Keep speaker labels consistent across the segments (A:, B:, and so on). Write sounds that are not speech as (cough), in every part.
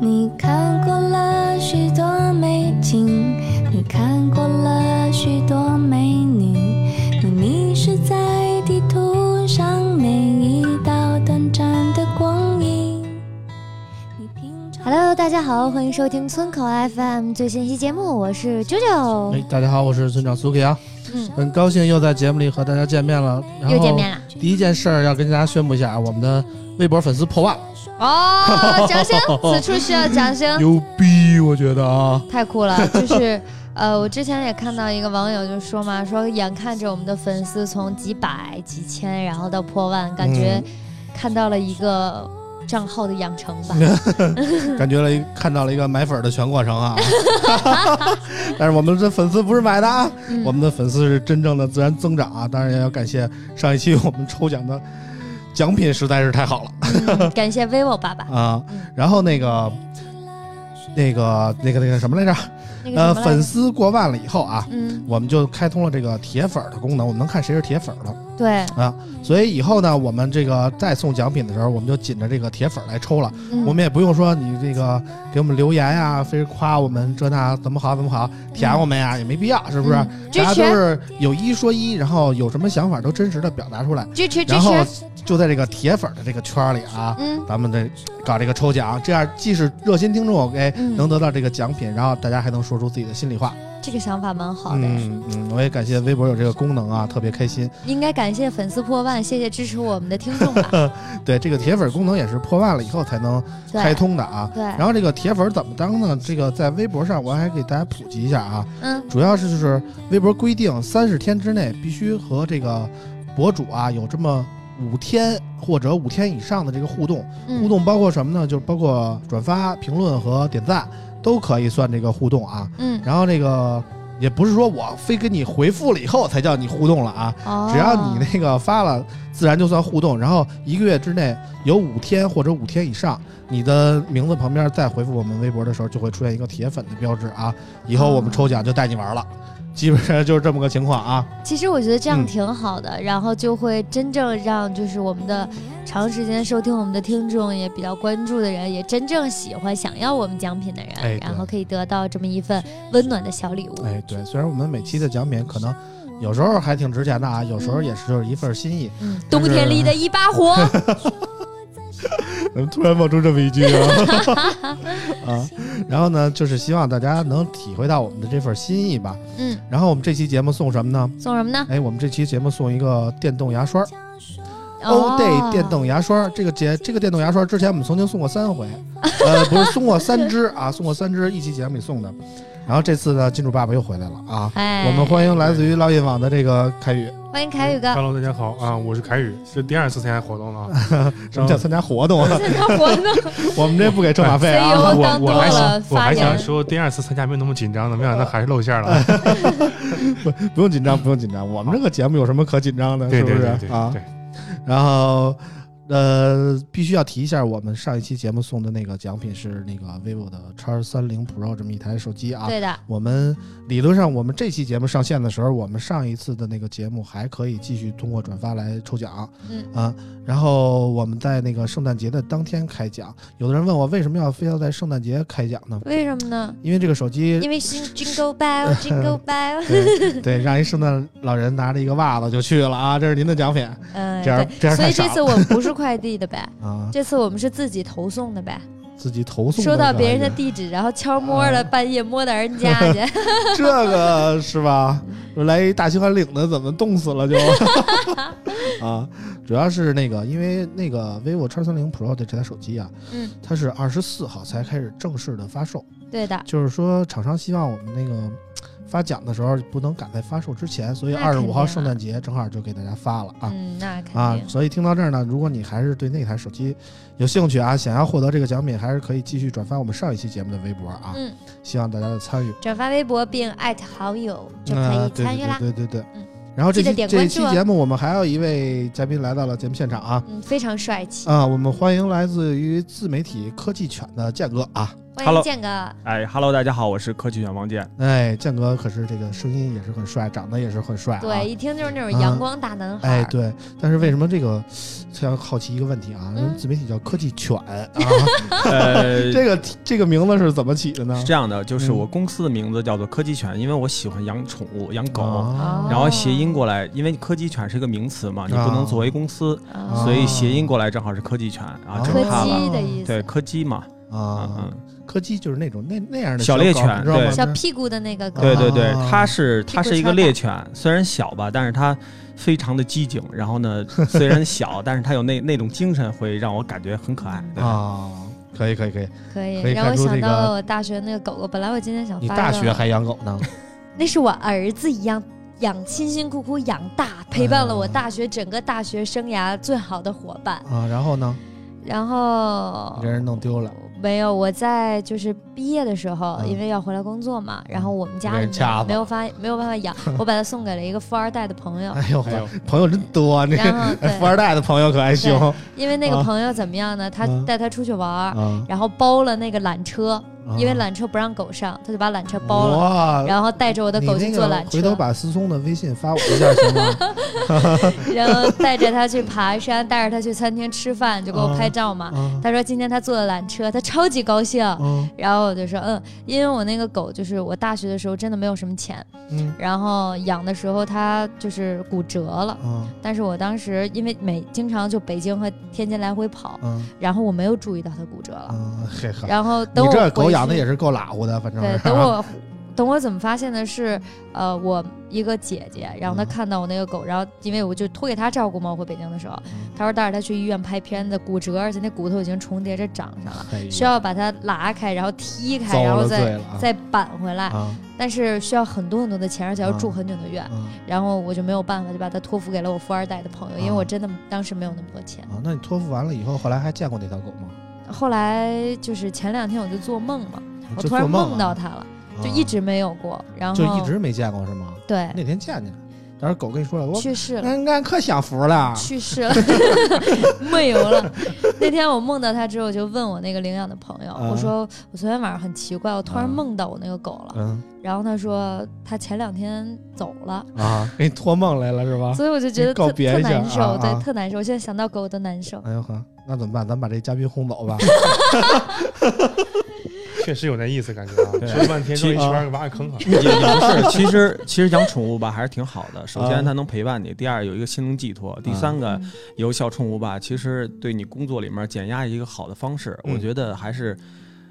A: 你看过了许多美景，你看过了许多美女，你迷失在地图上每一道短暂的光影。你品尝
B: Hello，大家好，欢迎收听村口 FM 最新一期节目，我是九九
C: 哎，，大家好，我是村长苏 K 啊，
B: 嗯
C: 很高兴又在节目里和大家见面了。然后
B: 又见面了
C: 第一件事儿要跟大家宣布一下啊，我们的微博粉丝破万，
B: 哦，
C: (laughs)
B: 掌声！此处需要掌声，
C: 牛逼，我觉得啊，
B: 太酷了！就是呃，我之前也看到一个网友就说嘛，说眼看着我们的粉丝从几百、几千，然后到破万，感
C: 嗯
B: 觉看到了一个账号的养成
C: (laughs)
B: 吧。
C: 感觉了一看到了一个买粉儿的全过程啊。但是我们的粉丝不是买的啊，
B: 嗯
C: 我们的粉丝是真正的自然增长啊。当然也要感谢上一期我们抽奖的奖品实在是太好了
B: 嗯感谢 vivo
C: (laughs)
B: 爸爸，
C: 啊
B: 嗯。
C: 然后那个那个那个那个什么来着？
B: 那个
C: 呃
B: 什，么来
C: 粉
B: 着，
C: 丝过万了以后啊，
B: 嗯，
C: 我们就开通了这个铁粉儿的功能，我们能看谁是铁粉儿了。
B: 对，
C: 啊所以以后呢，我们这个再送奖品的时候，我们就紧着这个铁粉儿来抽了。
B: 嗯
C: 我们也不用说你这个给我们留言呀、非是夸我们这那怎么好怎么好，舔我们呀、也没必要，是不是？
B: 嗯支
C: 大家都
B: 持
C: 是有一说一，然后有什么想法都真实的表达出来，
B: 支持支
C: 然后
B: 持，
C: 就在这个铁粉儿的这个圈儿里啊，
B: 嗯，
C: 咱们得搞这个抽奖，这样既是热心听众给
B: 嗯
C: 能得到这个奖品，然后大家还能说出自己的心里话。
B: 这个想法蛮好的。
C: 嗯嗯，我也感谢微博有这个功能啊，特别开心。
B: 应该感谢粉丝破万，谢谢支持我们的听
C: (laughs)
B: 众吧。
C: 对，这个铁粉功能也是破万了以后才能
B: 对
C: 开通的啊。
B: 对，
C: 然后这个铁粉怎么当呢？这个在微博上我还给大家普及一下啊，
B: 嗯
C: 主要是就是微博规定三十天之内必须和这个博主啊有这么五天或者五天以上的这个互动，互
B: 嗯
C: 动包括什么呢？就是包括转发、评论和点赞都可以算这个互动啊。
B: 嗯，
C: 然后这个也不是说我非跟你回复了以后才叫你互动了啊，
B: 哦
C: 只要你那个发了，自然就算互动。然后一个月之内有五天或者五天以上，你的名字旁边再回复我们微博的时候，就会出现一个铁粉的标志啊。嗯以后我们抽奖就带你玩了，基本上就是这么个情况啊。
B: 其实我觉得这样
C: 嗯
B: 挺好的，然后就会真正让就是我们的长时间收听我们的听众，也比较关注的人，也真正喜欢想要我们奖品的人，
C: 哎对
B: 然后可以得到这么一份温暖的小礼物。
C: 哎，对，虽然我们每期的奖品可能有时候还挺值钱的啊，有时候也是就是一份心意。
B: 嗯，冬天里的一把
C: (laughs)
B: 火，
C: 怎么嗯突然冒出这么一 (laughs) 句啊？啊，然后呢，就是希望大家能体会到我们的这份心意吧。
B: 嗯，
C: 然后我们这期节目送什么呢？
B: 送什么呢
C: 哎，我们这期节目送一个电动牙刷，All
B: 哦
C: Day 哦电，动牙刷。这个节这个电动牙刷之前我们曾经送过三回，
B: (laughs)
C: 呃，不是送过三只啊，送过三只，一期节目里送的。然后这次呢，金主爸爸又回来了啊！
B: 哎，
C: 我们欢迎来自于捞印网的这个凯宇，
B: 欢迎凯宇哥，
D: Hello，大家好啊，我是凯宇，这第二次参加活动了
C: (laughs)
D: 啊。
C: 什么叫参加活
B: (laughs)
C: 动啊？
B: 参加活动
C: 我们这不给车马费啊！
B: CEO
D: 我
B: E 当多
D: 我还
B: 了
D: 想我
B: 发
D: 还想
B: 言，
D: 说第二次参加没有那么紧张的，没想到还是露
C: (laughs)
D: 馅了。啊
C: 不用紧张，不用紧张，我们这个节目有什么可紧张的？
D: 对对
C: 是不
D: 对
C: 是
D: 对
C: 啊？
D: 对，
C: 然后，呃，必须要提一下，我们上一期节目送的那个奖品是那个 vivo 的叉三零 Pro 这么一台手机啊。
B: 对的，
C: 我们理论上，我们这期节目上线的时候，我们上一次的那个节目还可以继续通过转发来抽奖，
B: 嗯
C: 啊，然后我们在那个圣诞节的当天开奖。有的人问我为什么要非要在圣诞节开奖呢？
B: 为什么呢？
C: 因为这个手机
B: 因为是 Jingle Bell Jingle
C: (laughs)
B: Bell，
C: 对对，让一圣诞老人拿着一个袜子就去了啊，这是您的奖品
B: 嗯，
C: 这样
B: 对
C: 这样
B: 所
C: 太
B: 以
C: 傻
B: 这次我们不是快递的呗，
C: 啊，
B: 这次我们是自己投送的呗，
C: 自己投送
B: 收到
C: 这个
B: 别人的
C: 还是啊
B: 地址，然后悄摸的半夜摸到人家
C: (laughs)
B: 去， (laughs)
C: 这个是吧？来一大兴安岭的，怎么冻死了
B: (laughs)
C: 就？啊，主要是那个，因为那个 vivo 叉三零 Pro 的这台手机啊，
B: 嗯，
C: 它是二十四号才开始正式的发售， (laughs)
B: 对的，
C: 就是说厂商希望我们那个发奖的时候不能赶在发售之前，所以
B: 那
C: 二
B: 肯
C: 十
B: 定
C: 五号
B: 啊
C: 圣诞节正好就给大家发了啊。
B: 嗯，那肯
C: 啊，
B: 定。
C: 所以听到这儿呢，如果你还是对那台手机有兴趣啊，想要获得这个奖品，还是可以继续转发我们上一期节目的微博啊，
B: 嗯，
C: 希望大家的参与。
B: 转发微博并艾特好友就可
C: 啊
B: 以参与啦。
C: 对对对对对
B: 嗯
C: 然后这
B: 记得
C: 期
B: 点
C: 这一
B: 关注
C: 期
B: 啊
C: 节目，我们还有一位嘉宾来到了节目现场啊
B: 嗯，非常帅气，
C: 啊，我们欢迎来自于自媒体科技犬的建哥啊，
B: 欢迎
E: Hello
B: 建哥。
E: 哎哈喽，大家好，我是科技犬王健。
C: (laughs) 哎，建哥可是这个声音也是很帅，长得也是很帅、啊，
B: 对，一听就是那种阳光大男孩。
C: 哎，对，但是为什么这个非常好奇一个问题啊？
B: 嗯
C: 因为自媒体叫科技犬啊，
B: (laughs)
E: 呃，
C: 这个这个名字是怎么起的呢？
E: 是这样的，就是
C: 嗯
E: 我公司的名字叫做科技犬，因为我喜欢养宠物，养狗。
C: 啊
E: 然后谐音过来，因为科技犬是一个名词嘛，你
C: 啊
E: 不能作为公司，
B: 啊
E: 所以谐音过来正好是科技犬啊，
B: 柯
E: 整
C: 他
E: 它了。
B: 基的意思，
E: 对，柯基嘛，
B: 哦
E: 嗯
C: 啊，
E: 嗯，
C: 柯基就是那种那那样的
E: 小
C: 狗
E: 猎犬
C: 你知道吗？
E: 对
B: 小屁股的那个狗。
E: 对对对
C: 啊，
E: 它是它是一个
B: 屁股翘大
E: 猎犬，虽然小吧，但是它非常的机警。然后呢，虽然小，但是它有那那种精神，会让我感觉很可爱。对
C: 啊，可以可以可以，
B: 可以
C: 可以
B: 让我
C: 看出
B: 想
C: 这
B: 到
C: 个
B: 了我大学那个狗狗。本来我今天想发
C: 你
B: 一个，
C: 大学还养狗呢？
B: 那是我儿子一样养，辛辛苦苦养大，陪伴
C: 哎
B: 了我大学整个大学生涯最好的伙伴。
C: 啊，然后呢，
B: 然
C: 你
B: 后
C: 给人弄丢了，
B: 没有，我在就是毕业的时候，
C: 嗯
B: 因为要回来工作嘛，然后我们
C: 被
B: 家
C: 人
B: 里
C: 掐
B: 面
C: 死
B: 没有发没有办
C: (laughs)
B: 法养，我把它送给了一个富二代的朋友。
C: 哎呦，
E: 哎呦
C: 朋友真多，你 (laughs)
B: 然后
C: 富
B: 对，
C: 二代的朋友可还行
B: 因为那
C: 啊
B: 个朋友怎么样呢？他
C: 嗯
B: 带他出去玩儿，
C: 啊？
B: 然后包了那个缆车，因为
C: 啊
B: 缆车不让狗上，他就把缆车包了，
C: 哇，
B: 然后带着我的
C: 你
B: 狗去
C: 那
B: 坐
C: 个
B: 缆
C: 回头
B: 车，
C: 把思聪的微信发我一下行吗？
B: (laughs) 然后带着它去
C: (laughs)
B: 爬山，带着它去餐厅吃饭，就给我
C: 啊
B: 拍照嘛。
C: 啊，
B: 他说今天他坐了缆车，他超级高兴。
C: 嗯
B: 然后我就说，嗯，因为我那个狗就是我大学的时候真的没有什么钱，
C: 嗯
B: 然后养的时候它就是骨折了，
C: 啊
B: 但是我当时因为每经常就北京和天津来回跑，
C: 嗯
B: 然后我没有注意到它骨折了，
C: 啊，嘿呵，
B: 然后等
C: 你
B: 我
C: 这狗
B: 回
C: 养的
B: 去
C: 也是够喇呼的，反正
B: 对，
C: 是
B: 等我等我怎么发现的是，呃，我一个姐姐，然后她
C: 嗯
B: 看到我那个狗，然后因为我就托给她照顾嘛，我回北京的时候，她说带着她去医院拍片子，骨折，而且那骨头已经重叠着长上了，
C: 啊嗯嘿
B: 需要把它拉开，然后踢开，
C: 遭
B: 然后
C: 了罪
B: 再
C: 了啊
B: 再扳回来，
C: 啊
B: 但是需要很多很多的钱，而且要
C: 啊
B: 住很久的院。
C: 啊
B: 然后我就没有办法，就把它托付给了我富二代的朋友，因为
C: 啊
B: 我真的当时没有那么多钱。
C: 啊！那你托付完了以后，后来还见过那条狗吗？
B: 后来就是前两天我就做梦嘛，我
C: 就
B: 突然
C: 做
B: 梦
C: 啊
B: 到它了，
C: 啊
B: 就一直没有过，然后
C: 就一直没见过是吗？
B: 对，
C: 那哎天见见，但是狗跟你说了，我
B: 去世了，
C: 俺俺可享福了，
B: 去世了， (laughs) 梦游了。那天我梦到他之后，我就问我那个领养的朋友，
C: 啊
B: 我说我昨天晚上很奇怪，我突然
C: 啊
B: 梦到我那个狗了。
C: 嗯
B: 然后他说他前两天走了，
C: (laughs) 啊，给你托梦来了是吧？
B: 所以我就觉得
C: 啊你告
B: 特
C: 别
B: 特
C: 一下
B: 难
C: 啊
B: 受，
C: 啊
B: 对，特难受。我现在想到狗我都难受。
C: 哎呦呵，那怎么办？咱们把这嘉宾轰 (laughs) 走吧。
D: 确实有那意思，感觉啊，
E: 对
D: 说了半天
E: 其
D: 绕
E: 实
D: 一圈儿挖个坑啊。
E: (laughs) 也也不是，其实其实养宠物吧还是挺好的。首
C: 啊
E: 先它能陪伴你，第二有一个心灵寄托，第三个
B: 嗯
E: 有小宠物吧，其实对你工作里面减压一个好的方式。
D: 嗯
E: 我觉得还是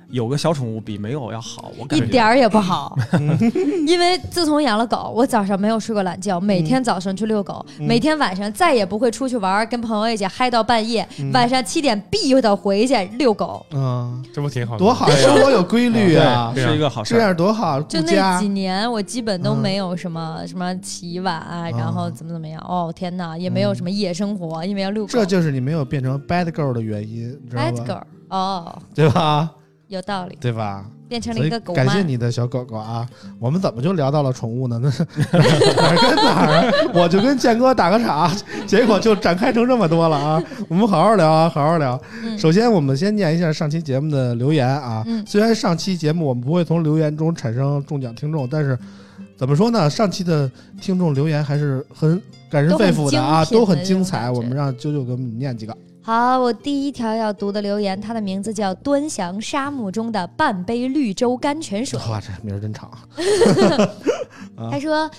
E: 有个小宠物比没有要好，我感
B: 一
E: 觉
B: 点儿也
C: (laughs)
B: 不好，
C: 嗯
B: 因为自从养了狗，我早上没有睡过懒觉，每天早上去遛狗，
C: 嗯
B: 每天晚上再也不会出去玩，跟朋友一起嗨到半夜，晚上七点必得回去遛狗。
C: 嗯，
D: 这不挺好的吗？
C: 多好，生活有规律啊，
E: 是一个好事
C: 这
E: 儿。
C: 样多好，
B: 就
C: 顾
B: 那
C: 家嗯
B: 几年，我基本都没有什么、什么起晚啊，然后怎么怎么样。哦，天哪，也没有什么夜生活，因为要遛狗。
C: 嗯这就是你没有变成 bad girl 的原因，你知道
B: bad
C: 吧？
B: girl 哦，
C: 对吧？
B: 有道理，
C: 对吧？
B: 变成了
C: 所
B: 一
C: 以
B: 个狗
C: 感
B: 妈
C: 谢。你的小狗狗啊！我们怎么就聊到了宠物呢？那 (laughs) 哪儿跟哪儿啊？ (laughs) 我就跟建哥打个岔，啊 (laughs) 结果就展开成这么多了啊！我们好好聊啊，好好聊。
B: 嗯
C: 首先，我们先念一下上期节目的留言啊。
B: 嗯
C: 虽然上期节目我们不会从留言中产生中奖听众，但是怎么说呢？上期的听众留言还是很感人肺腑的啊，
B: 都
C: 都
B: 很
C: 很精
B: 精品的
C: 彩。
B: 这种感觉
C: 我们让啾啾给我们念几个。
B: 好，我第一条要读的留言，它的名字叫“端详沙漠中的半杯绿洲甘泉水”。
C: 哇，这名儿真长啊。啊
B: 他说。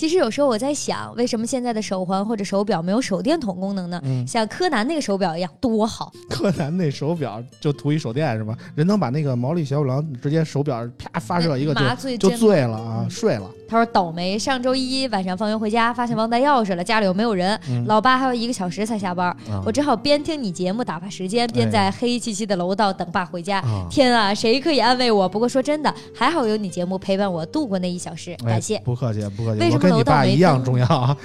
B: 其实有时候我在想，为什么现在的手环或者手表没有手电筒功能呢？
C: 嗯
B: 像柯南那个手表一样多好，
C: 柯南那手表就图一手电是吧？人能把那个毛利小五郎直接手表啪发射一个
B: 哎麻
C: 就
B: 醉
C: 就
B: 针
C: 醉了啊，
B: 嗯
C: 睡了。
B: 他说倒霉，上周一晚上放学回家，发现忘带钥匙了，家里又没有人，
C: 嗯
B: 老爸还有一个小时才下班，
C: 啊
B: 我只好边听你节目打发时间，边在黑漆漆的楼道等爸回家。
C: 啊，
B: 天啊，谁可以安慰我？不过说真的，还好有你节目陪伴我度过那一小时，
C: 哎
B: 感谢。
C: 不客气不客
B: 为
C: 气，我
B: 什么
C: 跟你
B: 楼道
C: 爸
B: 没
C: 一样
B: 灯
C: 重要
B: (laughs)
C: 啊。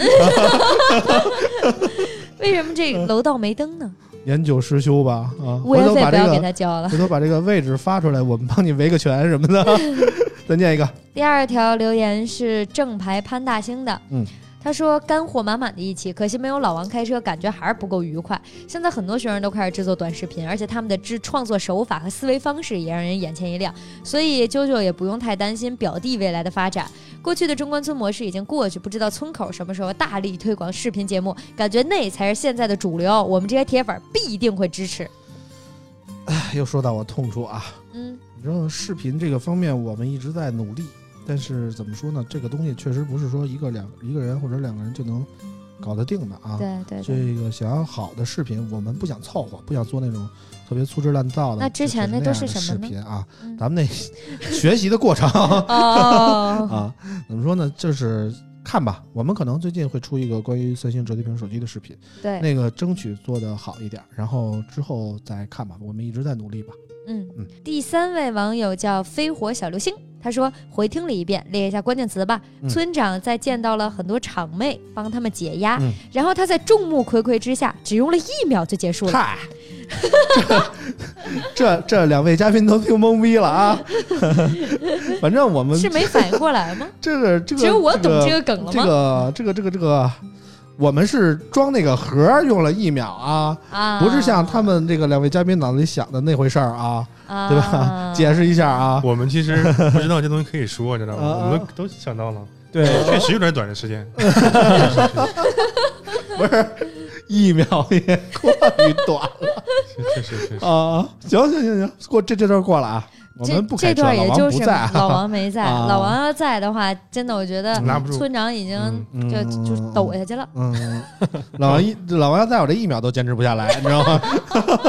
B: 为什么这楼道没灯呢？
C: 研究失修吧啊，
B: 物
C: 嗯回
B: 业
C: 头
B: 费
C: 把
B: 不
C: 这
B: 要给
C: 个
B: 他交了。
C: 回头把这个位置发出来，我们帮你围个拳什么
B: (laughs)
C: 的。再念一个， (sighs)
B: 第二条留言是正牌潘大星的，
C: 嗯。
B: 他说：“干货满满的一期，可惜没有老王开车，感觉还是不够愉快。现在很多学生都开始制作短视频，而且他们的制创作手法和思维方式也让人眼前一亮。所以啾啾也不用太担心表弟未来的发展。过去的中关村模式已经过去，不知道村口什么时候大力推广视频节目，感觉那才是现在的主流。我们这些铁粉必定会支持。
C: 哎又说到我痛处啊。
B: 嗯，
C: 你知道视频这个方面，我们一直在努力，但是怎么说呢？这个东西确实不是说一个两一个人或者两个人就能搞得定的啊。
B: 对对对。
C: 这个想要好的视频，我们不想凑合，不想做那种特别粗制滥造的。
B: 那之前
C: 就是
B: 那
C: 那
B: 都
C: 样的
B: 是什么呢
C: 视频啊，
B: 嗯
C: 咱们那学习的过程 (laughs)
B: 哦，
C: 啊，怎么说呢？就是看吧，我们可能最近会出一个关于三星折叠屏手机的视频， (laughs)
B: 对，
C: 那个争取做得好一点，然后之后再看吧。我们一直在努力吧。嗯
B: 嗯，第三位网友叫飞火小流星，他说回听了一遍，列一下关键词吧。
C: 嗯
B: 村长在见到了很多场妹，帮他们解压，
C: 嗯
B: 然后他在众目睽睽之下，只用了一秒就结束了。
C: 嗨， (laughs) 这这这两位嘉宾都听懵逼了啊！ (laughs) 反正我们
B: 是没反应过来
C: (laughs)
B: 吗？
C: 这个这个
B: 只有我懂这
C: 这
B: 个梗了吗？
C: 个这个这个这个这个，我们是装那个盒儿用了一秒啊，
B: 啊，
C: 不是像他们这个两位嘉宾脑子里想的那回事儿啊，
B: 啊，
C: 对吧？ (laughs) 解释一下啊，
D: 我们其实不知道这东西可以说，知
C: (laughs)
D: 道
C: 啊
D: 吗？我们都想到了，
E: 对，
D: (laughs) 确实有点短的时间。
C: 不是一秒也过于短了
D: 确实
C: (laughs)
B: (laughs)
D: 确实，
C: 啊！行行行行，过这这段过了啊，我
B: 这
C: 们不
B: 这
C: 开车
B: 段
C: 了，
B: 也
C: 王
B: 就
C: 不
B: 是
C: 在啊，
B: 老王没在，
C: (laughs) 啊
B: 老王要在的话，真的我觉得
D: 拿不住
B: 村长已经
C: 嗯
B: 就
C: 嗯
B: 就抖下去了。
C: 嗯，老王一老王要在我这一秒都坚持不下来，你知道吗？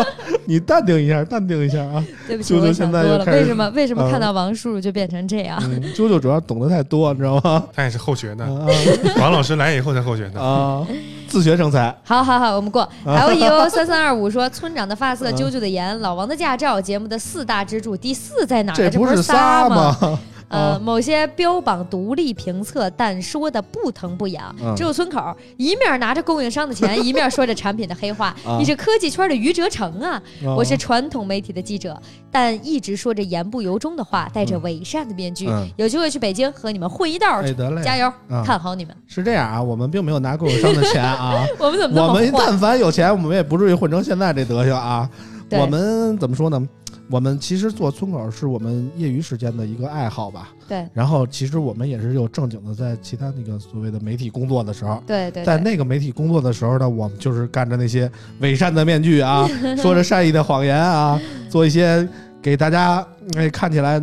C: (laughs) 你淡定一下，淡定一下啊！
B: 对不起，
C: 舅舅
B: 我想
C: 现
B: 多
C: 在又
B: 了。
C: 开始
B: 为什么为什么
C: 啊
B: 看到王叔叔就变成这样？
C: 嗯，啾啾主要懂得太多，你知道吗？
D: 他也是后学的，
C: 啊
D: (laughs) 王老师来以后才后学的。
C: 啊，自学成才，
B: 好好好，我们过。
C: 啊
B: 还有 EO 三三二五说，村长的发色，
C: 嗯
B: 啾啾的颜，老王的驾照，节目的四大支柱，第四在哪儿呢？啊
C: 这
B: 不
C: 是仨
B: 仨吗？
C: 吗？
B: 呃，
C: 啊
B: 某些标榜独立评测，但说的不疼不痒
C: 嗯。
B: 只有村口一面拿着供应商的
C: (laughs)
B: 钱，一面说着产品的黑话
C: 啊。
B: 你是科技圈的余则成啊，
C: 啊
B: 我是传统媒体的记者，但一直说着言不由衷的话，戴着伪善的面具
C: 嗯。
B: 有机会去北京和你们混一道儿
C: 哎
B: 去，
C: 得嘞，
B: 加油
C: 嗯！
B: 看好你们。
C: 是这样啊，我们并没有拿供应商的钱
B: (laughs)
C: 啊，
B: (laughs) 我们怎么那
C: 我
B: 么
C: 们
B: 坏？
C: 但凡有钱，我们也不至于混成现在这德行啊。
B: 对
C: 我们怎么说呢？我们其实做村口是我们业余时间的一个爱好吧。
B: 对
C: 然后其实我们也是有正经的在其他那个所谓的媒体工作的时候，
B: 对对，
C: 在
B: 对
C: 那个媒体工作的时候呢，我们就是干着那些伪善的面具
B: (laughs)
C: 啊，说着善意的谎言啊，做一些给大家哎看起来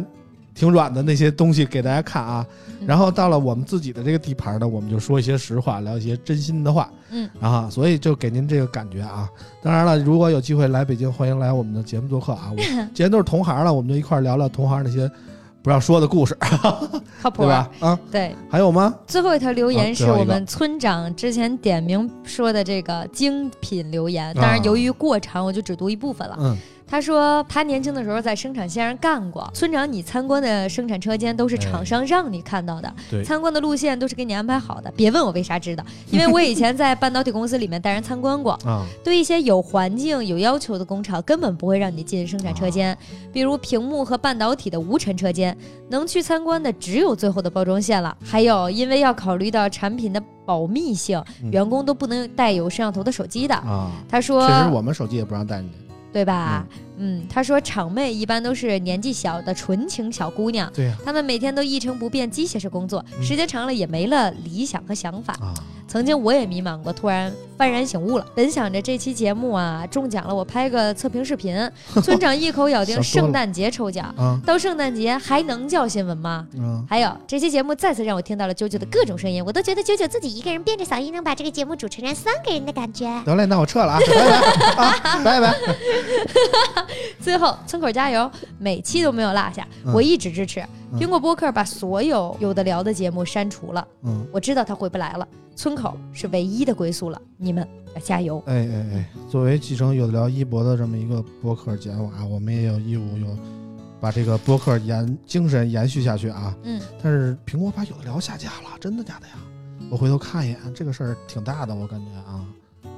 C: 挺软的那些东西给大家看啊。
B: 嗯
C: 然后到了我们自己的这个地盘呢，我们就说一些实话，聊一些真心的话。
B: 嗯
C: 啊，所以就给您这个感觉啊。当然了，如果有机会来北京，欢迎来我们的节目做客
B: (laughs)
C: 啊。我既然都是同行了，我们就一块儿聊聊同行那些不要说的故事，
B: 靠谱
C: 对吧？啊，
B: 对，
C: 还有吗？
B: 最后一条留言
C: 啊
B: 是
C: 最后一个
B: 我们村长之前点名说的这个精品留言，当然由于过长，我就只读一部分了。
C: 啊嗯，
B: 他说他年轻的时候在生产线上干过，村长你参观的生产车间都是厂商让你看到的，
C: 对
B: 参观的路线都是给你安排好的。别问我为啥知道，因为我以前在半导体公司里面带人参观过，
C: 啊，
B: 对一些有环境、有要求的工厂，根本不会让你进生产车
C: 啊
B: 间，比如屏幕和半导体的无尘车间，能去参观的只有最后的包装线了。还有，因为要考虑到产品的保密性，
C: 嗯
B: 员工都不能带有摄像头的手机的。
C: 啊。
B: 他说，
C: 确实，我们手机也不让带进去。
B: 对吧？嗯，他说厂妹一般都是年纪小的纯情小姑娘，
C: 对呀、
B: 她们每天都一成不变机械式工作，
C: 嗯
B: 时间长了也没了理想和想法。
C: 啊，
B: 曾经我也迷茫过，突然幡然醒悟了。本想着这期节目啊中奖了，我拍个测评
C: (laughs)
B: 视频。村长一口咬定
C: 想多了
B: 圣诞节抽奖，
C: 啊，
B: 到圣诞节还能叫新闻吗？
C: 嗯，
B: 还有这期节目再次让我听到了啾啾的各种声音，我都觉得啾啾自己一个人变着嗓音能把这个节目主持
C: 嗯
B: 人三个人的感觉。
C: 得嘞，那我撤了啊，拜拜啊，拜拜。
B: 最最后村口加油，每期都没有落下，
C: 嗯
B: 我一直支持。
C: 嗯
B: 苹果播客把所有有的聊的节目删除了，
C: 嗯，
B: 我知道他回不来了，村口是唯一的归宿了，你们要加油！
C: 哎哎哎，作为继承有的聊一博的这么一个播客节目啊，我们也有义务有把这个播客延精神延续下去啊。
B: 嗯，
C: 但是苹果把有的聊下架了，真的假的呀？我回头看一眼，这个事儿挺大的，我感觉啊。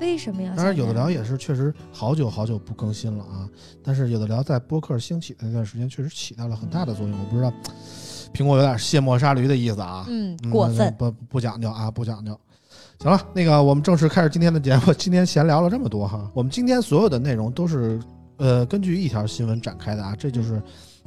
B: 为什么要？
C: 当然，有的聊，也是确实好久好久不更新了啊。但是有的聊在播客兴起的那段时间，确实起到了很大的作用。我不知道，苹果有点卸磨杀驴的意思啊，
B: 嗯
C: 嗯，
B: 过分。
C: 不不讲究啊，不讲究。行了，那个我们正式开始今天的节目。今天闲聊了这么多哈，我们今天所有的内容都是呃根据一条新闻展开的啊，这就是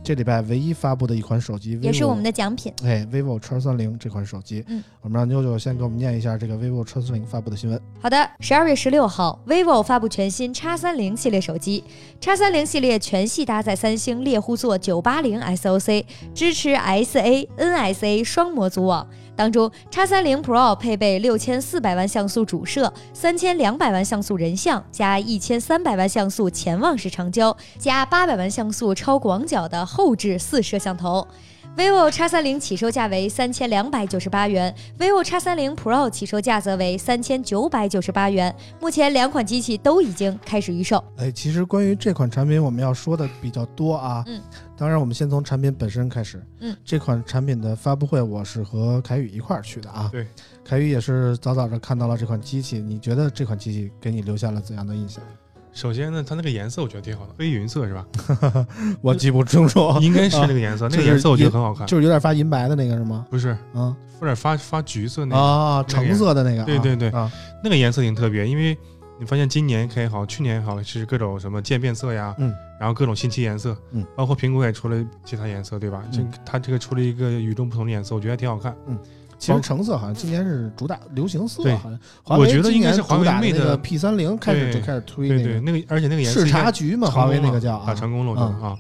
C: 这礼拜唯一发布的一款手机，
B: 嗯也是
C: vivo
B: 我们的奖品。
C: 哎 vivo X 三零这款手机。
B: 嗯，
C: 我们让妞妞先给我们念一下这个 vivo X 三零发布的新闻。
B: 好的，十二月十六号，vivo 发布全新 X 三零系列手机。X 三零系列全系搭载三星猎户座九八零 SoC，支持 SA、NSA 双模组网。当中，X 三零 Pro 配备六千四百万像素主摄、三千两百万像素人像加一千三百万像素潜望式长焦加八百万像素超广角的后置四摄像头。vivo X 三零起售价为三千两百九十八元，vivo X 三零 Pro 起售价则为三千九百九十八元。目前两款机器都已经开始预售。
C: 哎，其实关于这款产品，我们要说的比较多啊。
B: 嗯，
C: 当然，我们先从产品本身开始。
B: 嗯，
C: 这款产品的发布会，我是和凯宇一块儿去的啊。
D: 对，
C: 凯宇也是早早的看到了这款机器，你觉得这款机器给你留下了怎样的印象？
D: 首先呢，它那个颜色我觉得挺好的，黑云色是吧？
C: 我记不清楚，
D: 应该是那个颜色，
C: 哦啊就
D: 那个
C: 是
D: 颜色我觉得很好
C: (laughs)
D: 看。
C: 就是有点发银白的那个是吗？
D: 不是，
C: 啊
D: 有点发发橘色那个，
C: 啊，橙色的那个啊。
D: 对对对
C: 啊，
D: 那个颜色挺特别，因为你发现今年也好，去年也好，是各种什么渐变色呀，
C: 嗯，
D: 然后各种新奇颜色，
C: 嗯，
D: 包括苹果也出了其他颜色，对吧？这
C: 嗯
D: 它这个出了一个与众不同的颜色，我觉得还挺好看。
C: 其实橙色好像今年是主打流行色，
D: 对
C: 好像华
D: 我
C: 为
D: 觉得
C: 今
D: 应该
C: 年
D: 是华
C: 主
D: 为
C: 打的
D: Mate
C: 那个 P 三零开始就
D: 对
C: 开始推
D: 对
C: 那
D: 对，
C: 个
D: 那个而且那个颜色
C: 视
D: 应该
C: 察局嘛，
D: 成功
C: 华为那个
D: 了
C: 叫
D: 打
C: 啊。
D: 成功了，我觉得啊，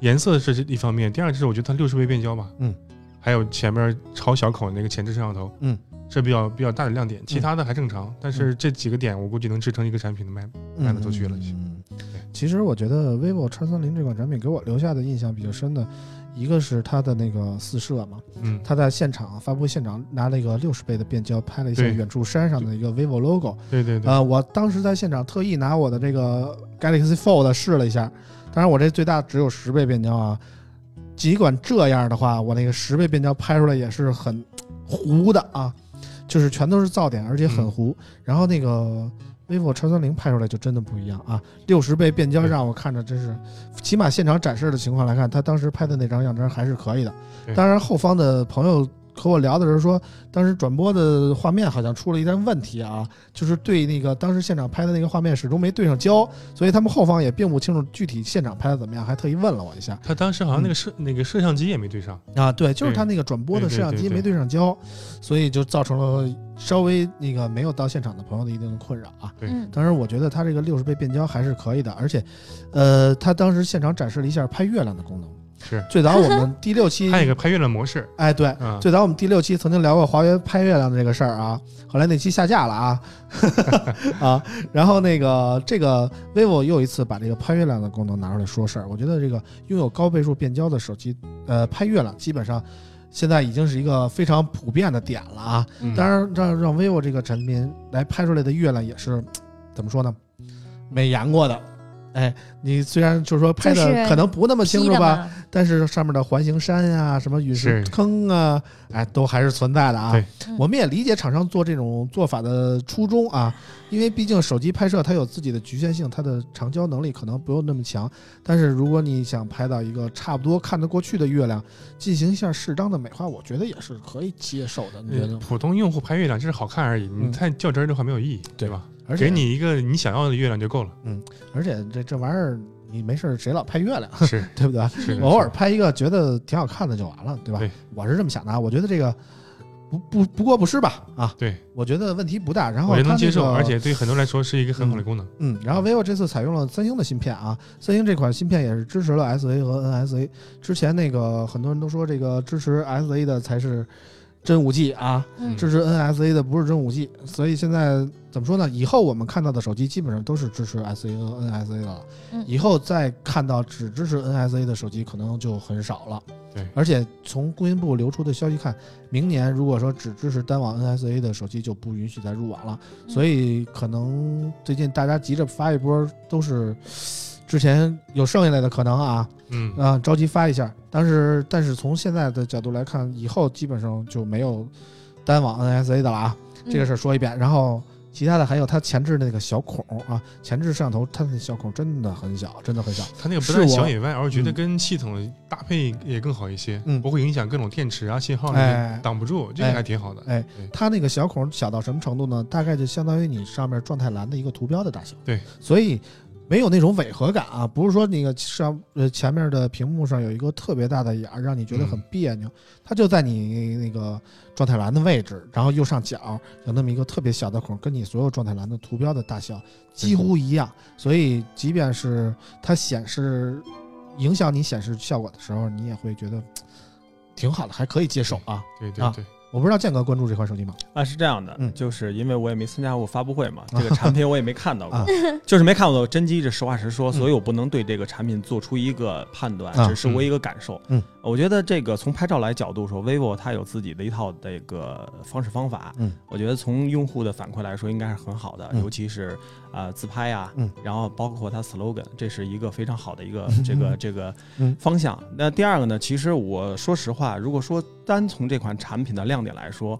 D: 颜色是一方面，第二就是我觉得它六十倍变焦嘛，
C: 嗯，
D: 还有前面朝小口那个前置摄像头，
C: 嗯，
D: 这比较比较大的亮点，其他的还正常，但是这几个点我估计能支撑一个产品的卖。卖得出去了已经
C: 嗯，其实我觉得 vivo X 三零这款产品给我留下的印象比较深的，一个是它的那个四摄嘛，
D: 嗯，
C: 它在现场发布会现场拿了一个六十倍的变焦拍了一下
D: 对
C: 远处山上的一个 vivo logo，
D: 对对对，
C: 呃，我当时在现场特意拿我的这个 Galaxy Fold 试了一下，当然我这最大只有十倍变焦啊，尽管这样的话，我那个十倍变焦拍出来也是很糊的啊，就是全都是噪点，而且很糊。然后那个 vivo X 三零拍出来就真的不一样啊，六十倍变焦
D: 对
C: 让我看着真是，起码现场展示的情况来看，他当时拍的那张样张还是可以的。
D: 对
C: 当然后方的朋友。和我聊的时候说，当时转播的画面好像出了一点问题啊，就是对那个当时现场拍的那个画面始终没对上焦，所以他们后方也并不清楚具体现场拍的怎么样，还特意问了我一下。
D: 它当时好像那
C: 嗯
D: 个摄那个摄像机也没对上，
C: 啊，对，就是
D: 对
C: 他那个转播的
D: 对对
C: 摄像机
D: 对对
C: 没对上焦，所以就造成了稍微那个没有到现场的朋友的一定的困扰啊。
D: 对
B: 嗯，
C: 当然，我觉得它这个六十倍变焦还是可以的，而且，呃，它当时现场展示了一下拍月亮的功能。
D: 是
C: 最早我们第六期
D: 它，有个 (laughs) 拍月亮模式，
C: 哎，对，
D: 啊，
C: 最早我们第六期曾经聊过华为拍月亮的这个事儿啊，后来那期下架了
D: (laughs)
C: 啊，啊，然后那个这个 vivo 又一次把这个拍月亮的功能拿出来说事儿，我觉得这个拥有高倍数变焦的手机，呃，拍月亮基本上现在已经是一个非常普遍的点了啊。
D: 嗯
C: 当然，让让 vivo 这个产品来拍出来的月亮也是怎么说呢，美颜过的。哎，你虽然就是说拍
B: 就是
C: 的可能不那么清
B: 批
C: 楚
B: 的
C: 吧，
B: 嘛，
C: 但是上面的环形山呀、什么陨石
D: 是
C: 坑啊，哎，都还是存在的啊
D: 对。
C: 我们也理解厂商做这种做法的初衷啊，因为毕竟手机拍摄它有自己的局限性，它的长焦能力可能不用那么强。但是如果你想拍到一个差不多看得过去的月亮，进行一下适当的美化，我觉得也是可以接受的。你觉得
D: 呃
C: 呢？
D: 普通用户拍月亮就是好看而已，
C: 嗯
D: 你太较真儿的话没有意义，
C: 对
D: 对吧？
C: 而且
D: 给，你一个你想要的月亮
C: (laughs)
D: 就够了，
C: 而且这这玩意儿，你没事儿谁老拍月亮，
D: 是
C: 对不对？
D: 是
C: 嗯
D: 的
C: 偶尔拍一个觉得挺好看的就完了，对吧？
D: 对
C: 我是这么想的啊，我觉得这个不不不过不失吧啊，
D: 对，
C: 我觉得问题不大。然后
D: 我觉得
C: 它
D: 能接
C: 那
D: 受，
C: 个
D: 而且对很多人来说是一个很好的功能。
C: 嗯，然后 vivo 这次采用了三星的芯片啊，三星这款芯片也是支持了 SA 和 NSA。之前那个很多人都说这个支持 SA 的才是真五 G 啊，
B: 嗯
C: 支持 NSA 的不是真五 G，所以现在怎么说呢？以后我们看到的手机基本上都是支持 SA 和 NSA 的了。
B: 嗯
C: 以后再看到只支持 NSA 的手机，可能就很少了。
D: 对
C: 而且从工信部流出的消息看，明年如果说只支持单网 NSA 的手机，就不允许再入网了。
B: 嗯
C: 所以可能最近大家急着发一波，都是之前有剩下来的可能啊，
D: 嗯，
C: 啊、着急发一下。但是，但是从现在的角度来看，以后基本上就没有单网 NSA 的了啊。
B: 嗯
C: 这个事儿说一遍，然后其他的还有它前置那个小孔啊，前置摄像头它那小孔真的很小，真的很小。
D: 它那个不
C: 是
D: 但小
C: 我
D: 野外，而我觉得
C: 嗯
D: 跟系统搭配也更好一些，
C: 嗯
D: 不会影响各种电池啊、信号那
C: 哎
D: 些挡不住，这个
C: 哎
D: 还挺好的。
C: 哎
D: 对，
C: 它那个小孔小到什么程度呢？大概就相当于你上面状态栏的一个图标的大小。
D: 对，
C: 所以没有那种违和感啊，不是说那个上呃前面的屏幕上有一个特别大的眼儿，让你觉得很
D: 嗯
C: 别扭。它就在你那个状态栏的位置，然后右上角有那么一个特别小的孔，跟你所有状态栏的图标的大小几乎一样。所以即便是它显示影响你显示效果的时候，你也会觉得嘖挺好的，还可以接受啊。
D: 对对
C: 啊
D: 对，
C: 我不知道建哥关注这款手机吗？
E: 啊，是这样的，
C: 嗯
E: 就是因为我也没参加过发布会嘛，这
C: (laughs)
E: 个产品我也没看到过，
C: 啊
E: (laughs) 就是没看到过。真机这实话实说，
C: 嗯
E: 所以我不能对这个产品做出一个判断，
C: 啊
E: 只是我一个感受。
C: 嗯嗯
E: 我觉得这个从拍照来角度说，vivo 它有自己的一套这个方式方法。
C: 嗯，
E: 我觉得从用户的反馈来说，应该是很好的，
C: 嗯
E: 尤其是啊、呃自拍啊，
C: 嗯
E: 然后包括它 slogan，这是一个非常好的
C: (laughs)
E: 一个
C: 嗯
E: 这个这个
C: 嗯
E: 方向。那第二个呢，其实我说实话，如果说单从这款产品的亮点来说，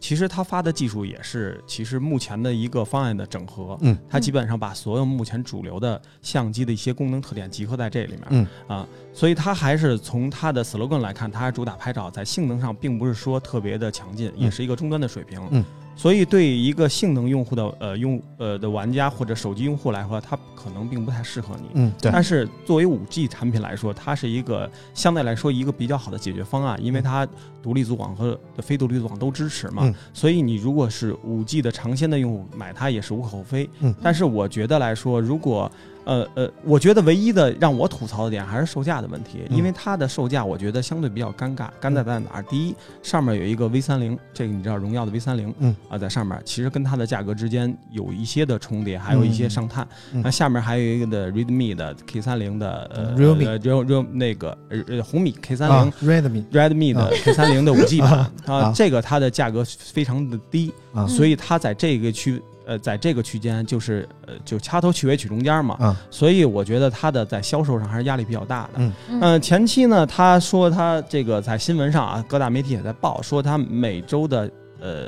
E: 其实它发的技术也是其实目前的一个方案的整合。
C: 嗯，
E: 它基本上把所有目前主流的相机的一些功能特点集合在这里面。
C: 嗯
E: 啊，所以它还是从它的 slogan 来看，它还主打拍照，在性能上并不是说特别的强劲，也是一个中端的水平。
C: 嗯。
E: 所以，对一个性能用户的呃用呃的玩家或者手机用户来说，它可能并不太适合你。
C: 嗯，对，
E: 但是作为五 G 产品来说，它是一个相对来说一个比较好的解决方
C: 嗯
E: 案，因为它独立组网和非独立组网都支持嘛，
C: 嗯
E: 所以你如果是五 G 的尝鲜的用户，买它也是无可厚非。
C: 嗯
E: 但是我觉得来说，如果呃呃，我觉得唯一的让我吐槽的点还是售价的问题，
C: 嗯
E: 因为它的售价我觉得相对比较尴尬，尴尬在哪儿？第一，上面有一个 V 三零，这个你知道荣耀的 V 三零，
C: 嗯
E: 啊，在上面其实跟它的价格之间有一些的重叠，还有一些
C: 嗯
E: 上探。
C: 嗯
E: 那下面还有一个的 Redmi 的 K 三零的呃
C: 嗯，Realme
E: 呃，Real Real 那个呃呃红米 K 三
C: 啊
E: 零。
C: ，Redmi
E: Redmi
C: 啊
E: 的 K 三零的五 G 版
C: 啊
E: 啊，这个它的价格非常的低，
C: 啊
E: 所以它在这个区呃，在这个区间就是呃就掐头去尾取中间嘛，
C: 啊，
E: 所以我觉得它的在销售上还是压力比较大的。
C: 嗯
B: 嗯
E: 呃前期呢，他说他这个在新闻上啊，各大媒体也在报，说他每周的呃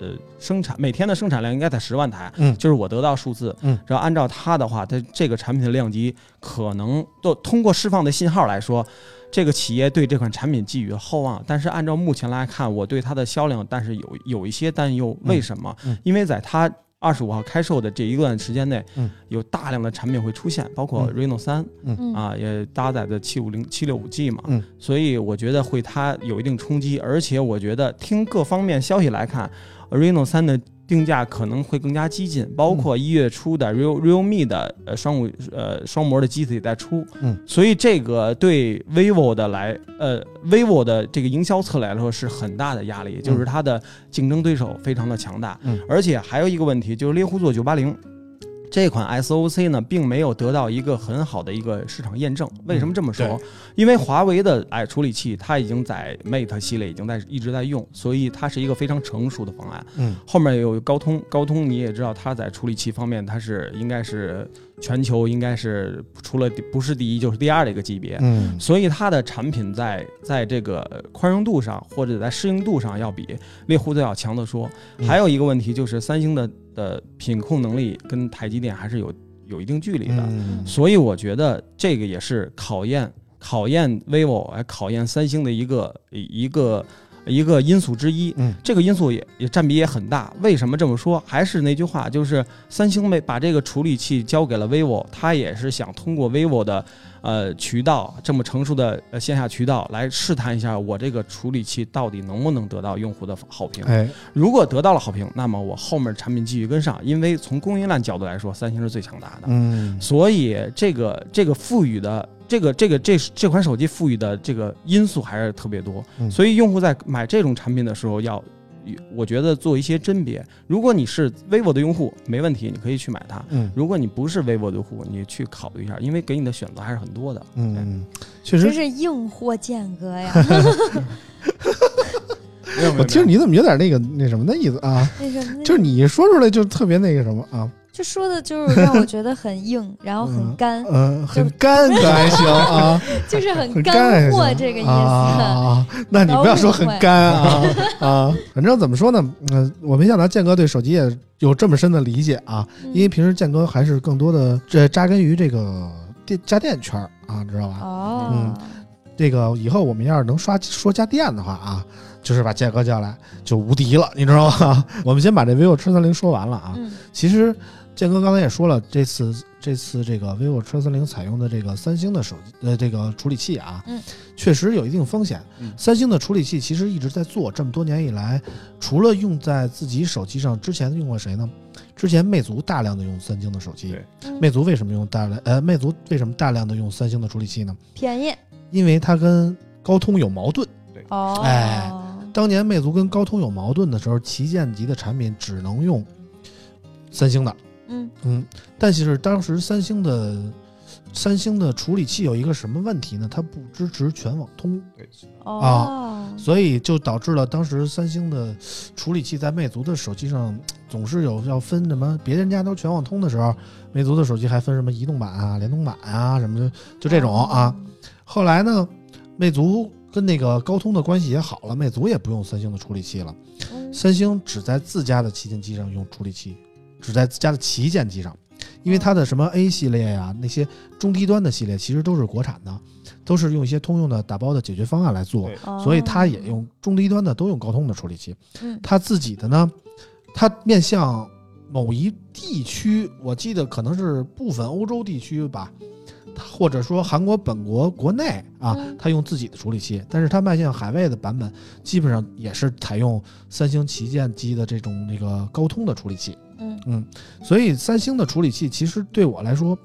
E: 呃生产每天的生产量应该在十万台，
C: 嗯
E: 就是我得到数字，
C: 嗯，
E: 然后按照他的话，他这个产品的量级可能都通过释放的信号来说。这个企业对这款产品寄予厚望，但是按照目前来看，我对它的销量，但是有有一些担忧。为什么？
C: 嗯
E: 因为在它二十五号开售的这一段时间内，
C: 嗯
E: 有大量的产品会出现，包括
C: 嗯
E: Reno 三、
B: 嗯
E: 啊，也搭载的七五零、七六五 G 嘛，
C: 嗯
E: 所以我觉得会它有一定冲击，而且我觉得听各方面消息来看，Reno 三的定价可能会更加激进，
C: 嗯
E: 包括一月初的 Real Realme 的呃双五呃双模的机子也在出，
C: 嗯，
E: 所以这个对 vivo 的来呃 vivo 的这个营销策略来说是很大的压力，就是它的竞争对手非常的强大，
C: 嗯
E: 而且还有一个问题就是猎户座九八零。这款 SOC 呢，并没有得到一个很好的一个市场验证。为什么这么说？
C: 对
E: 因为华为的哎处理器，它已经在 Mate 系列已经在一直在用，所以它是一个非常成熟的方案。
C: 嗯
E: 后面有高通，高通你也知道，它在处理器方面，它是应该是全球应该是除了第不是第一就是第二的一个级别。
C: 嗯
E: 所以它的产品在在这个呃宽容度上或者在适应度上要比猎户座要强得多
C: 嗯。
E: 还有一个问题就是三星的的品控能力跟台积电还是有有一定距离的，
C: 嗯
E: 所以我觉得这个也是考验考验 vivo 哎考验三星的一个一个一个因素之一。
C: 嗯
E: 这个因素也也占比也很大。为什么这么说？还是那句话，就是三星没把这个处理器交给了 vivo，它也是想通过 vivo 的呃渠道这么成熟的呃线下渠道来试探一下我这个处理器到底能不能得到用户的好评。
C: 哎
E: 如果得到了好评，那么我后面产品继续跟上，因为从供应链角度来说，三星是最强大的。
C: 嗯
E: 所以这个这个赋予的这这个这个这这款手机赋予的这个因素还是特别多，
C: 嗯
E: 所以用户在买这种产品的时候要。我觉得做一些甄别，如果你是 vivo 的用户，没问题，你可以去买它。
C: 嗯
E: 如果你不是 vivo 的用户，你去考虑一下，因为给你的选择还是很多的。
C: 嗯，
E: 对，
C: 嗯确
B: 真
C: 实，
B: 是硬货间隔
C: (laughs)
B: 呀！
E: 没有没有没有
C: 我听着你怎么有点那个那什么的意思啊？
B: 那什么，
C: 就是你一说出来就特别那个什么啊，
B: 就说的就是让我觉得很硬，然后很干，
C: 嗯，很
B: 就是
C: 干可还行啊，
B: (laughs) 就是很
C: 很干
B: 干货
C: 还行
B: 这个意思。
C: 啊，那你不要说很干啊啊，反正怎么说呢，嗯，我没想到建哥对手机也有这么深的理解啊，因为
B: 嗯
C: 平时建哥还是更多的这扎根于这个电家电圈儿啊，嗯知道吧？
B: 哦，
C: 这个以后我们要是能刷说家电的话啊，就是把建哥叫来就无敌了，你知道吗？ (laughs) 我们先把这 vivo X 三零说完了啊。
B: 嗯
C: 其实建哥刚才也说了，这次这次这个 vivo X 三零采用的这个三星的手机呃这个处理器啊，
B: 嗯，
C: 确实有一定风险。
F: 嗯
C: 三星的处理器其实一直在做，这么多年以来，除了用在自己手机上，之前用过谁呢？之前魅族大量的用三星的手机
F: 对，
B: 嗯
C: 魅族为什么用大量呃魅族为什么大量的用三星的处理器呢？
B: 便宜
C: 因为它跟高通有矛盾。
B: 哦，
C: 哎当年魅族跟高通有矛盾的时候，旗舰级的产品只能用三星的，
B: 嗯
C: 嗯，但是当时三星的三星的处理器有一个什么问题呢？它不支持全网通，啊
B: 哦，
C: 所以就导致了当时三星的处理器在魅族的手机上总是有要分什么，别人家都全网通的时候，魅族的手机还分什么移动版啊、联动版啊什么的，就这种啊。后来呢，魅族跟那个高通的关系也好了，魅族也不用三星的处理器了，
B: 嗯，
C: 三星只在自家的旗舰机上用处理器，只在自家的旗舰机上，因为它的什么 A 系列呀、那些中低端的系列其实都是国产的，都是用一些通用的打包的解决方案来做，
F: 对
B: 哦
C: 所以它也用中低端的都用高通的处理器。
B: 嗯
C: 它自己的呢，它面向某一地区，我记得可能是部分欧洲地区吧，它或者说韩国本国国内啊
B: 嗯，
C: 它用自己的处理器，但是它迈向海外的版本基本上也是采用三星旗舰机的这种那个高通的处理器，
B: 嗯
C: 所以三星的处理器其实对我来说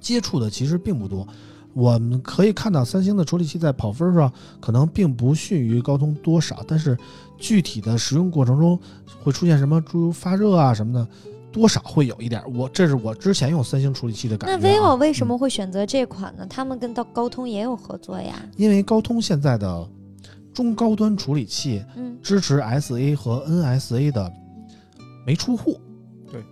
C: 接触的其实并不多。我们可以看到，三星的处理器在跑分上可能并不逊于高通多少，但是具体的使用过程中会出现什么诸如发热啊什么的，多少会有一点。我这是我之前用三星处理器的感觉
B: 那
C: 啊、
B: vivo 为什
C: 嗯
B: 么会选择这款呢？他们跟到高通也有合作呀。
C: 因为高通现在的中高端处理器
B: 嗯，
C: 支持 SA 和 NSA 的没出货，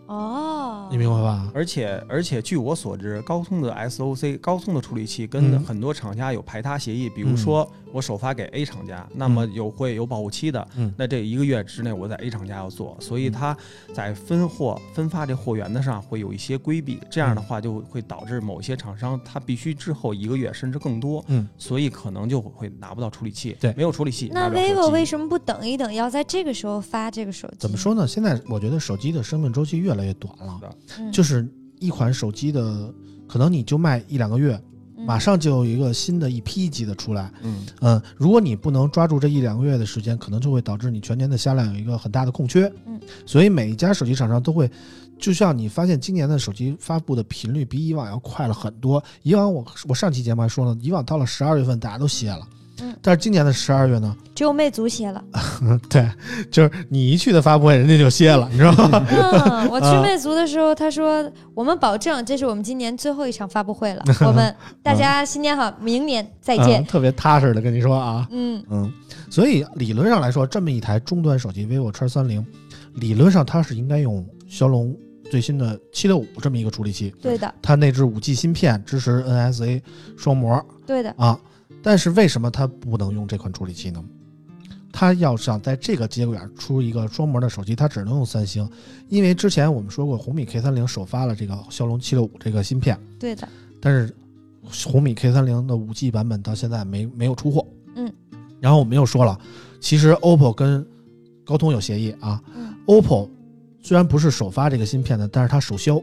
B: 哦，
C: 你明白吧？
E: 而且而且，据我所知，高通的 SOC 高通的处理器跟
C: 嗯
E: 很多厂家有排他协议，比如说我首发给 A 厂家，那么有会有保护期的，
C: 嗯
E: 那这一个月之内我在 A 厂家要做，所以
C: 嗯
E: 它在分货分发这货源的上会有一些规避，这样的话就会导致某些厂商他必须之后一个月甚至更多，
C: 嗯，
E: 所以可能就会拿不到处理器，
C: 对
E: 没有处理器，拿
B: 那
E: 不了手
B: vivo
E: 机
B: 为什么不等一等，要在这个时候发这个手机？
C: 怎么？说呢？现在我觉得手机的生命周期越来越短了，
B: 嗯、
C: 就是一款手机的可能你就卖一两个月，
B: 嗯
C: 马上就有一个新的一批级的出来。
E: 嗯，
C: 嗯，如果你不能抓住这一两个月的时间，可能就会导致你全年的销量有一个很大的空缺。
B: 嗯，
C: 所以每一家手机厂商都会，就像你发现今年的手机发布的频率比以往要快了很多。以往我我上期节目还说了，以往到了十二月份大家都歇了，
B: 嗯
C: 但是今年的十二月呢， (laughs)
B: 只有魅族歇了。
C: 啊对，就是你一去的发布会，人家就歇了，你知道吗？ (laughs)
B: 嗯，我
C: 啊
B: 去魅族的时候，他说我们保证这是我们今年最后一场发布会
C: (laughs)
B: 了，我们大家新年好，明年再
C: 嗯
B: 见。
C: 特别踏实的跟你说啊，
B: 嗯
C: 嗯，所以理论上来说，这么一台中端手机 vivo X 三零，理论上它是应该用骁龙最新的七六五这么一个处理器，
B: 对的，
C: 它内置五 G 芯片，支持 NSA 双模
B: 对的，
C: 啊。但是为什么它不能用这款处理器呢？它要想在这个节骨眼儿出一个双模的手机，它只能用三星，因为之前我们说过，红米 K 三零首发了这个骁龙七六五这个芯片，
B: 对的。
C: 但是红米 K 三零的五 G 版本到现在没没有出货。
B: 嗯，
C: 然后我们又说了，其实 OPPO 跟高通有协议啊。
B: 嗯
C: OPPO 虽然不是首发这个芯片的，但是它首销，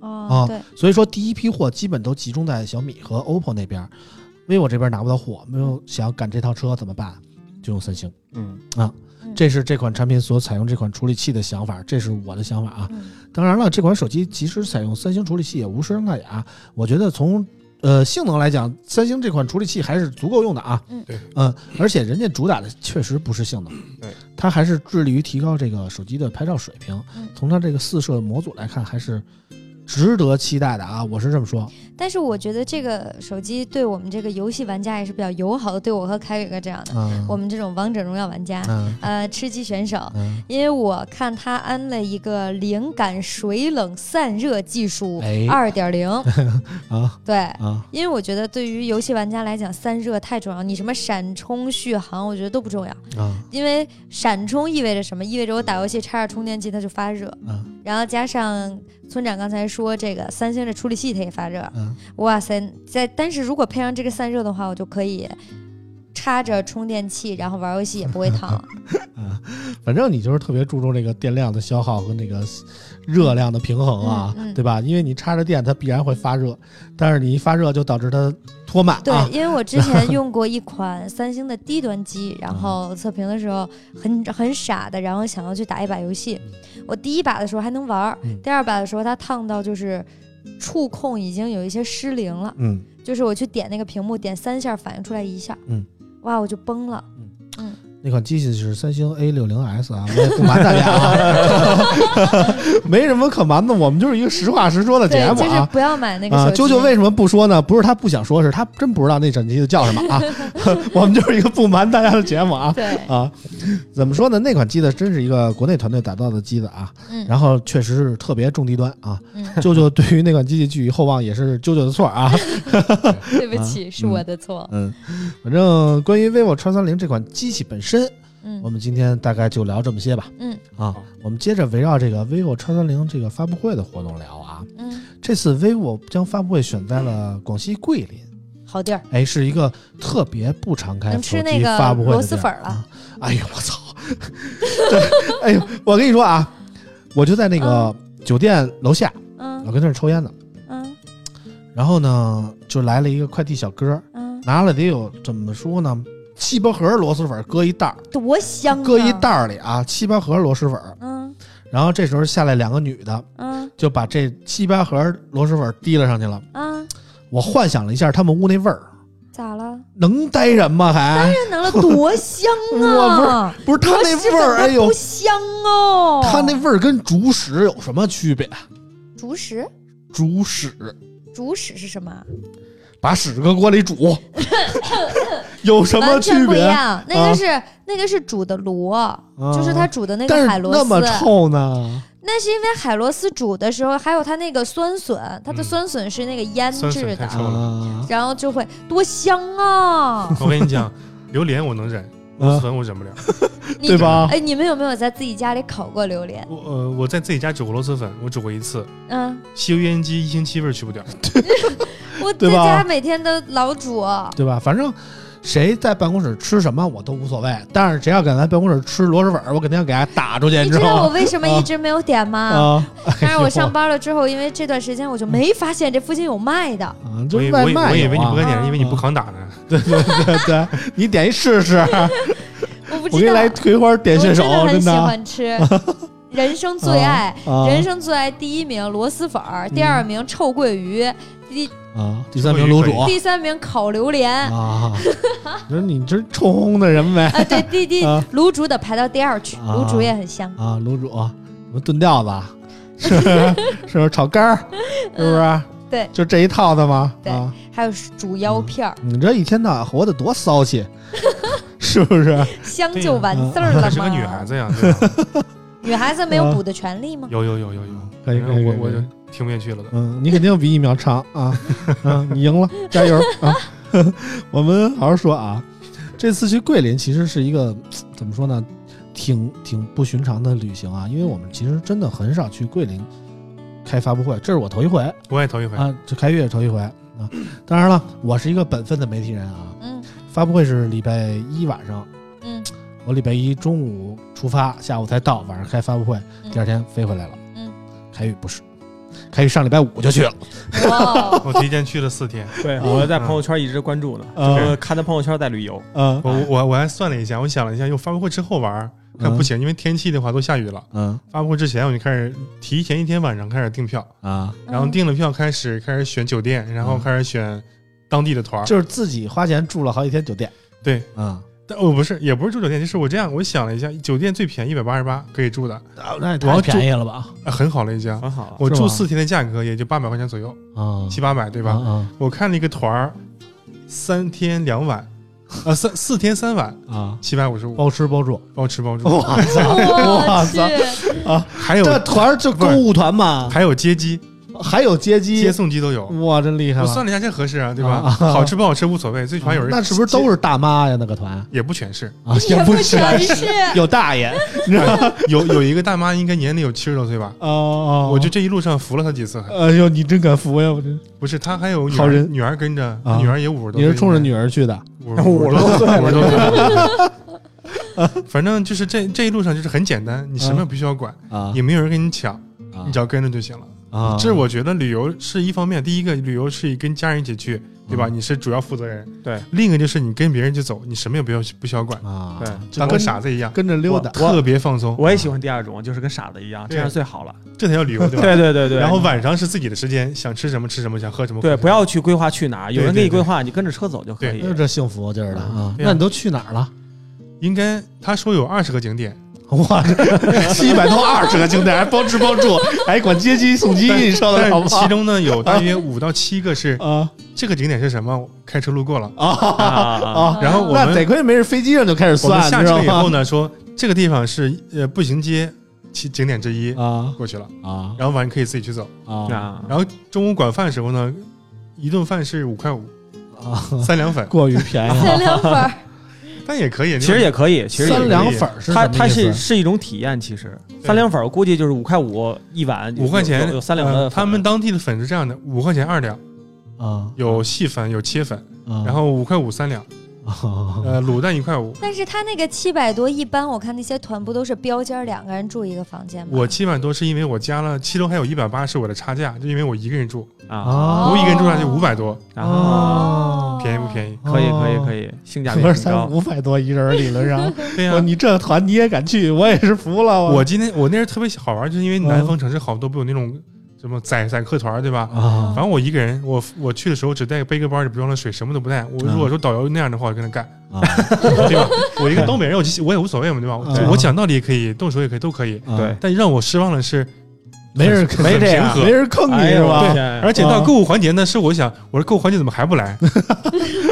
C: 啊
B: 哦，对，
C: 所以说第一批货基本都集中在小米和 OPPO 那边，vivo 这边拿不到货，没有想要赶这趟车怎么办？就用三星，
E: 嗯
B: 嗯
C: 这是这款产品所采用这款处理器的想法，这是我的想法啊。
B: 嗯
C: 当然了，这款手机即使采用三星处理器也无伤大雅。我觉得从呃性能来讲，三星这款处理器还是足够用的啊。
B: 嗯
D: 对，
C: 嗯，而且人家主打的确实不是性能，
D: 对，
C: 它还是致力于提高这个手机的拍照水平
B: 嗯。
C: 从它这个四摄模组来看，还是值得期待的啊。我是这么说，
B: 但是我觉得这个手机对我们这个游戏玩家也是比较友好的，对我和凯宇哥这样的，
C: 嗯，
B: 我们这种王者荣耀玩家，
C: 嗯
B: 呃，吃鸡选手，
C: 嗯，
B: 因为我看他安了一个灵感水冷散热技术
C: 哎
B: 二点零，
C: 啊
B: 对。
C: 啊，
B: 因为我觉得对于游戏玩家来讲，散热太重要。你什么闪充、续航，我觉得都不重要。
C: 啊
B: 因为闪充意味着什么？意味着我打游戏插着充电器它就发热，
C: 啊
B: 然后加上村长刚才说这个三星的处理器它也发热，
C: 嗯
B: 哇塞！在但是如果配上这个散热的话，我就可以插着充电器，然后玩游戏也不会烫。
C: 啊，反正你就是特别注重这个电量的消耗和那个热量的平衡啊，
B: 嗯嗯
C: 对吧？因为你插着电，它必然会发热，但是你一发热就导致它脱满
B: 对，
C: 啊。
B: 因为我之前用过一
C: (laughs)
B: 款三星的低端机，然后测评的时候很很傻的，然后想要去打一把游戏，我第一把的时候还能玩儿
C: 嗯，
B: 第二把的时候它烫到就是触控已经有一些失灵了，
C: 嗯，
B: 就是我去点那个屏幕，点三下反应出来一下，
C: 嗯，
B: 哇，我就崩了。
C: 那款机器是三星 A 六零 S 啊，我也不瞒大家啊，
B: (laughs)
C: (laughs) 没什么可瞒的，我们就是一个实话实说的节
B: 对，
C: 目
B: 就是
C: 啊。
B: 不要买那个
C: 啊，
B: 手机。
C: 啾啾为什么不说呢？不是他不想说，是他真不知道那整机子叫什么
B: (laughs)
C: 啊。 (laughs) 我们就是一个不瞒大家的节目啊
B: 对，
C: 啊，怎么说呢？那款机子真是一个国内团队打造的机子啊，
B: 嗯，
C: 然后确实是特别重低端
B: (laughs)
C: (laughs) 啊。
B: 嗯
C: 舅舅对于那款机器寄予厚望也是舅舅的错啊。
B: 对不
C: 啊
B: 起，是
C: 嗯
B: 我的错。
C: 嗯， (laughs) 反正关于 vivo X 三零这款机器本身，
B: 嗯
C: 我们今天大概就聊这么些吧。
B: 嗯
C: 啊
D: 好，
C: 我们接着围绕这个 vivo X 三零这个发布会的活动聊啊。
B: 嗯，
C: 这次 vivo 将发布会选在了广西桂林，
B: 好地儿，
C: 哎，是一个特别不常开
B: 能
C: 手
B: 吃那
C: 机
B: 个
C: 发布会的
B: 螺蛳
C: 地儿
B: 粉儿了
C: 啊。哎呦，我操！ (laughs) 对，哎呦，我跟你说啊，我就在那个酒店楼下，我
B: 嗯
C: 跟那儿抽烟呢。
B: 嗯
C: 然后呢，就来了一个快递小哥，
B: 嗯，
C: 拿了得有怎么说呢，七八盒螺蛳粉搁一袋儿，
B: 多香啊！
C: 搁一袋儿里啊，七八盒螺蛳粉。
B: 嗯
C: 然后这时候下来两个女的，
B: 嗯
C: 就把这七八盒螺蛳粉提了上去了。
B: 啊，
C: 我幻想了一下他们屋那味儿，
B: 咋了？
C: 能待人吗？还
B: 这能了多香
C: (laughs)
B: 啊！
C: 不是他那
B: 螺蛳
C: 味儿，
B: 粉
C: 哎呦
B: 不，香哦！
C: 他那味儿跟主食有什么区别？
B: 竹石，
C: 主屎，
B: 竹石是什么？
C: 把屎搁锅里
B: (laughs)
C: 煮，有什么
B: 完
C: 区
B: 全不一
C: 别？啊
B: 样，那个是那个是煮的螺，就是他煮的那
C: 但
B: 个
C: 是
B: 海螺
C: 那么
B: 丝。
C: 臭呢？
B: 那是因为海螺丝煮的时候，还有它那个酸笋，它的
D: 嗯
B: 酸笋是那个腌
D: 酸笋
B: 制
D: 太
B: 的，
D: 臭了。
C: 啊
B: 然后就会多香啊！
C: (laughs)
D: 我跟你讲，榴莲我能忍，
C: 啊
D: 螺蛳粉我忍不了。
B: 你
C: 对吧
B: 哎，你们有没有在自己家里烤过榴莲？
D: 我呃，我在自己家煮过螺蛳粉，我煮过一次，
B: 嗯，
D: 吸油烟机一星期味儿去不掉。
B: 我
C: 对
B: 在
C: 吧
B: 家每天都老煮。
C: 对吧？反正谁在办公室吃什么我都无所谓，但是谁要敢在办公室吃螺蛳粉儿，我肯定要给他打出去，
B: 你
C: 知
B: 知道我
C: 吗？
B: 为什么一直没有点吗？
C: 啊，
B: (laughs) 但是
C: (laughs)
B: 我
C: 哎
B: 上
C: 呦
B: 班了之后，因为这段时间我就没发现这附近有卖的。
C: 啊，就
D: 我以
C: 外
D: 我以
C: 卖
D: 我以为你
C: 有
D: 不
C: 啊
D: 敢点，因为你不扛打
C: (laughs)
D: 呢。
C: 对对，你点一试
B: (laughs)
C: 试，
B: 我不
C: 我给你
B: 知道，
C: 来葵花点穴手，
B: 我真
C: 真
B: 的很喜
C: 的。
B: 欢吃，
C: (laughs)
B: 人生最爱，
C: 啊嗯
B: 人生最爱第一名螺蛳粉儿，第二名臭鳜鱼，第
C: 啊，第三名卤煮
B: 第三名烤榴莲。 (laughs)
C: 啊，你说你这是臭烘烘的人呗
B: 啊，对，第第
C: 啊
B: 卤煮得排到第二去，
C: 啊
B: 卤煮也很香。
C: 啊，卤煮什么炖吊子 (laughs)
B: (laughs)
C: 啊，是不是是不是炒肝儿，是啊不是？
B: 对
C: 就这一套的吗？
B: 嗯对
C: 啊，
B: 还有煮腰片儿，
C: 你这一天到晚活得多骚气，是不是？
B: 香就完事儿了嘛。
D: 她是个
C: 啊
D: 女孩子呀，对吧？
C: (laughs)
B: 女孩子没有补的权利吗？
C: 啊
D: 有有有有有，
C: 可以
D: 反
C: 可以
D: 正我
C: 可以
D: 我
C: 可以
D: 就听不下去了都。
C: 嗯，你肯定比一秒长啊！嗯，你赢了，加油啊！ (laughs) 我们好好说啊。这次去桂林其实是一个怎么说呢，挺挺不寻常的旅行啊，因为我们其实真的很少去桂林开发布会，这是我头一回
D: 我也头一回，
C: 啊，这开月头一回啊。当然了，我是一个本分的媒体人啊，
B: 嗯
C: 发布会是礼拜一晚上，
B: 嗯
C: 我礼拜一中午出发，下午才到，晚上开发布会，
B: 嗯
C: 第二天飞回来了。
B: 嗯，
C: 凯宇不是，凯宇上礼拜五就去了，
B: 哇，哦
D: 我提前去了四天，
C: 啊
E: 对，我在朋友圈一直关注呢，
C: 嗯
E: 呃，看他朋友圈在旅游，
C: 嗯
D: 我我我还算了一下，我想了一下，又发布会之后玩儿，看不行，因为天气的话都下雨了。
C: 嗯
D: 发布会之前我就开始提前一天晚上开始订票，
C: 啊，
B: 嗯
D: 然后订了票开始开始选酒店，然后
C: 嗯
D: 开始选当地的团儿。
C: 就是自己花钱住了好几天酒店，
D: 对，
C: 嗯，
D: 但我不是也不是住酒店，就是我这样，我想了一下，酒店最便宜一百八十八可以住的，
C: 啊那也
D: 我
C: 太
D: 要住
C: 便宜了吧？
D: 啊很好了已经。
E: 很好啊。
D: 我
C: 是
D: 住
C: 吗
D: 四天的价格也就八百块钱左右，
C: 啊，
D: 七八百对吧？
C: 啊
D: 我看了一个团儿，三天两晚，啊三四天三晚，
C: 啊啊，
D: 七百五十五，
C: 包吃包住，
D: 包吃包住，
C: 哇塞，
B: 我
C: (laughs) 哇
B: 去，
C: 塞
D: 还有
C: 哦 (laughs) 这团儿就购物团嘛，
D: 还有接机、
C: 还有接机
D: 接，送机都有。
C: 哇，真厉害
D: 我
C: 了
D: 算。了一下，这合适啊，对吧？
C: 嗯啊啊
D: 好吃不好吃无所谓，最起码有人、
C: 那是不是都是大妈呀？那个团
D: 也不全是，
C: 啊，
B: 也不
C: 是，
B: 全是，
C: (laughs) 有大爷，你知道吗？
D: 有有一个大妈应该年龄有七十多岁吧。
C: 哦哦，
D: 我就这一路上服了她几次，还
C: 哎呦，你真敢服呀！我真，
D: 不是她还有女
C: 好
D: 儿，
C: 人
D: 女儿跟着，
C: 啊
D: 女儿也五十多岁，
C: 你是冲着女儿去的 (laughs)
D: 五十五十多岁，五十多岁。反正就是这这一路上就是很简单，你什么也不需要管，
C: 啊
D: 也没有人跟你抢，
C: 啊
D: 你只要跟着就行了。
C: 啊
D: 这我觉得旅游是一方面，第一个旅游是跟家人一起去，对吧？
C: 嗯
D: 你是主要负责人。
E: 对，
D: 另一个就是你跟别人去走，你什么也不要不需要管，
C: 啊，
E: 对，
C: 就
D: 当
C: 跟
D: 个傻子一样，
C: 跟着溜达，
D: 特别放松。
E: 我也喜欢第二种，就是跟傻子一样，
D: 对
E: 这样最好了。
D: 这才叫旅游，对吧？
E: 对对对 (laughs) 对。
D: 然后晚上是自己的时间，想吃什么吃什么，想喝什么喝
E: 对，
D: 什么
E: 不要去规划去哪儿，有人给你规划，你跟着车走就可以
C: 哎。呦，这幸福劲儿的啊！
D: 对啊
C: 那你都去哪儿了？ (laughs)
D: 应该他说有二十个景点，
C: 哇， (laughs) 七百多二十个景点，还包吃包住， (laughs) 还管接机送机，你说
D: 但
C: 的好
D: 是
C: 不
D: 其
C: 好？
D: 中呢有大约五到七个是
C: 啊
D: 这个景点是什么，我开车路过了。
C: 啊
E: (laughs) 啊，
C: 啊！
D: 然后我
C: 那
D: 们
C: 得亏没人飞机上就开始
D: 我
C: 算
D: 们，下
C: 你知道
D: 车以
C: 吗
D: 后？呢，说这个地方是呃步行街其景点之一，
C: 啊
D: 过去了。
C: 啊
D: 然后晚上可以自己去走。
C: 啊
E: 啊
D: 然后中午管饭的时候呢，一顿饭是
E: (laughs)
D: 五块五，
C: 啊！
D: 三两粉，
C: (laughs) 过于便宜了，
B: 三两粉儿，
D: 但也可以。
E: 其实也可以，其实也可
C: 三
E: 以
C: 两粉儿是
E: 它
C: 什么
E: 它
C: 意
E: 是
C: 思
E: 是一种体验，其实
D: 对
E: 三两粉儿我估计就是五块五一碗，
D: 五块钱
E: 有有三两的
D: 呃
E: 粉。
D: 他们当地的粉是这样的：五块钱二两，
C: 啊，
E: 嗯
D: 有细粉有切粉，
C: 啊
D: 然后五块五三两，
C: (laughs)
E: 嗯
C: 啊
D: 呃，卤蛋一块五。
B: 但是他那个七百多，一般我看那些团不都是标间儿两个人住一个房间吗？
D: 我七百多是因为我加了，其中还有一百八是我的差价，就因为我一个人住，
E: 啊
C: 啊哦
D: 我一个人住下去五百多，
E: 啊，
D: 便宜不便宜？
E: 可以可以可以，性价比
C: 合着
E: 很
C: 才
E: 高。
C: 哦五百多一人儿，理论上，
D: 对
E: 啊
D: 呀、
C: 哇你这团你也敢去，我也是服了
D: 我
C: 我
D: 今天我那是特别好玩，就是因为南
E: 嗯
D: 方城市好多不有那种什么宰宰客团儿对吧？
C: 啊
D: 反正我一个人，我我去的时候只带背个包，也不装了水，什么都不带。我
C: 嗯
D: 如果说导游那样的话，我就跟他干，
C: 啊
D: (laughs) 对吧？我一个东北人，我就我也无所谓嘛，对吧？
C: 嗯
D: 我讲道理也可以，动手也可以，都可
C: 啊
D: 以。
E: 对，
D: 但让我失望的是，
C: 没人
D: 很
E: 没这样
D: 平和
C: 没人坑你
E: 哎
C: 是
E: 呦我
C: 吧？ (laughs)
E: 天
D: 而且到购物环节呢，是我想，我说购物环节怎么还不来？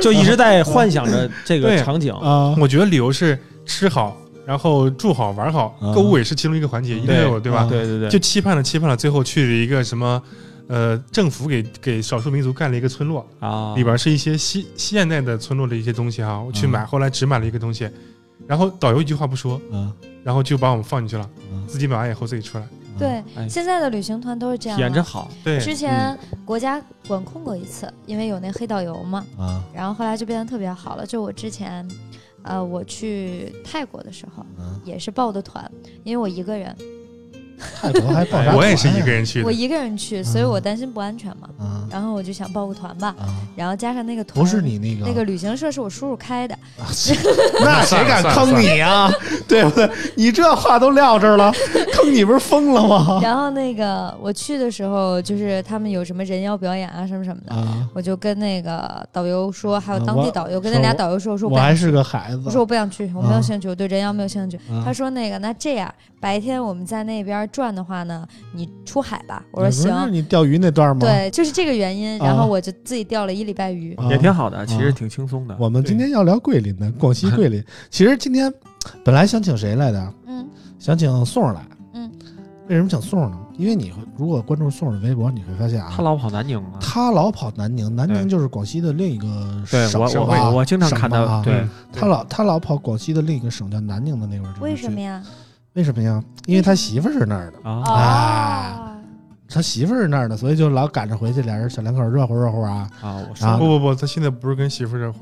E: 就一直在幻想着这个
D: 对
E: 场景。
C: 啊
D: 我觉得旅游是吃好，然后住好玩好
C: 嗯，
D: 购物也是其中一个环节，一定要有，对
C: 啊
D: 吧？
E: 对对对，
D: 就期盼了期盼了，最后去了一个什么，呃，政府给给少数民族盖了一个村落，
E: 啊
D: 里边是一些西现代的村落的一些东西哈、我去
C: 嗯
D: 买，后来只买了一个东西，然后导游一句话不说，
C: 啊
D: 然后就把我们放进去了
C: 嗯，
D: 自己买完以后自己出来。
B: 对
E: 哎，
B: 现在的旅行团都是这
E: 体
B: 样
E: 验真
B: 了。
E: 好。
D: 对，
B: 之前国家管控过一次，因为有那黑导游嘛，
C: 啊
B: 然后后来就变得特别好了。就我之前，呃，我去泰国的时候
C: 啊！
B: 也是报的团，因为我一个人，
C: 泰国还爆啥团呀？
D: 哎我也是一个人去
B: 我
D: 的，
B: 一个人去，所以
C: 嗯
B: 我担心不安全嘛。
C: 啊
B: 然后我就想报个团吧，
C: 啊！
B: 然后加上那个团
C: 不是你啊那个 (laughs)
B: 那个，旅行社是我叔叔开的，
C: 那谁敢坑你啊？ (laughs) 对不对？你这话都撂这儿
B: (laughs)
C: 了，坑你不是疯了吗？
B: 然后那个我去的时候，就是他们有什么人妖表演啊什么什么的，
C: 啊！
B: 我就跟那个导游说，还有
C: 啊
B: 当地
C: 我
B: 导游跟
C: 说
B: 那俩
C: 我
B: 导游说，我说
C: 我
B: 不
C: 还是个孩
B: 我说
C: 子
B: 我不想去，我没
C: 啊
B: 有兴趣，我对人妖没有兴趣。
C: 啊
B: 他说那个，那这样白天我们在那边转的话呢，你出海吧。我
C: 不
B: 说
C: 是
B: 行，
C: 你钓鱼那段吗？，
B: 对，就是这个
C: 啊
B: 原因。然后我就自己钓了一礼拜鱼，
C: 啊
E: 也挺好的，其实挺轻松的。
C: 我们今天要聊桂林的，广西桂
E: (laughs)
C: 林。其实今天本来想请谁来的？
B: 嗯，
C: 想请宋儿来。
B: 嗯，
C: 为什么请宋儿呢？因为你会如果关注宋儿的微博，你会发现啊，
E: 他老跑南宁啊，
C: 他老跑南宁，南宁
E: 对
C: 就是广西的另一个
E: 对
C: 省
E: 我
C: 省
E: 我
C: 吧
E: 我我经常看
C: 省吧
E: 他，
C: 啊
E: 对
D: 嗯，
C: 他老他老跑广西的另一个省叫南宁的那块儿。
B: 为什么？呀？
C: 为什么呀？因为他媳妇儿是那儿的，
D: 嗯
E: 啊，
C: 啊
B: 哦，
C: 他媳妇儿是那儿的，所以就老赶着回去，俩人小两口热乎热乎啊
E: 啊，我
C: 啊
D: 不
E: 说
D: 不不，他现在不是跟媳妇儿热火，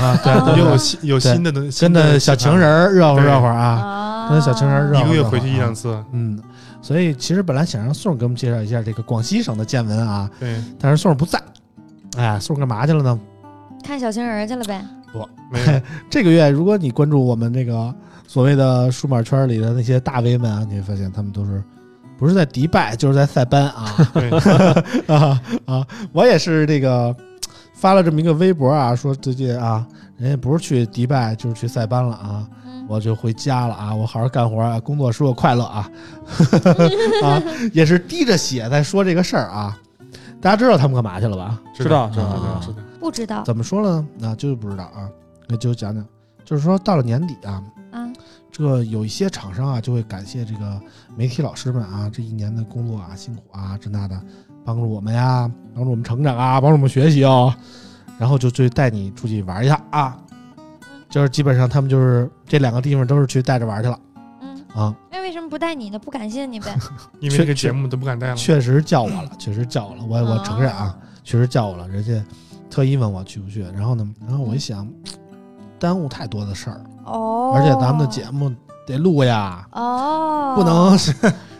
C: 啊！对
B: 啊
C: 对
D: 又有
C: 对，
D: 新有新的东，
C: 跟
D: 新的
C: 着小情人热乎热乎啊！
B: 啊，
C: 那小情人热闹
D: 一个月
C: 热闹
D: 回去一
C: 啊
D: 两次，
C: 嗯，所以其实本来想让宋儿给我们介绍一下这个广西省的见闻啊，
D: 对，
C: 但是宋儿不在，哎，宋儿干嘛去了呢？
B: 看小情人儿去了呗。
D: 没
C: (laughs)
D: 有，
C: 这个月，如果你关注我们这个所谓的数码圈里的那些大 V 们啊，你会发现他们都是不是在迪拜，就是在塞班啊
D: 对，
C: (laughs) 啊啊！我也是这个发了这么一个微博啊，说最近啊，人家不是去迪拜，就是去塞班了啊，
B: 嗯，
C: 我就回家了啊，我好好干活啊，工作使我快乐啊， (laughs) 啊，也是滴着血在说这个事儿啊。大家知道他们干嘛去了吧？
D: 知道
E: 知道
D: 知道知
C: 啊
D: 道知道，
B: 不知道
C: 怎么说了呢？啊，就是不知道啊，那就讲讲，就是说到了年底啊，
B: 啊，
C: 这个有一些厂商啊，就会感谢这个媒体老师们啊，这一年的工作啊，辛苦啊，这那的，帮助我们呀，帮助我们成长啊，帮助我们学习哦，然后就就带你出去玩一下啊，就是基本上他们就是这两个地方都是去带着玩去了
B: 嗯，
C: 啊，
B: 那为什么不带你呢？不感谢你
C: (laughs)
B: 呗？
D: 因为这个节目都不敢带了，
C: 确实叫我了，确实叫我了，我我承认啊，确实叫我了，人家特意问我去不去，然后呢，然后我一想，耽误太多的事儿，
B: 哦，
C: 而且咱们的节目得录呀，
B: 哦，
C: 不能啊是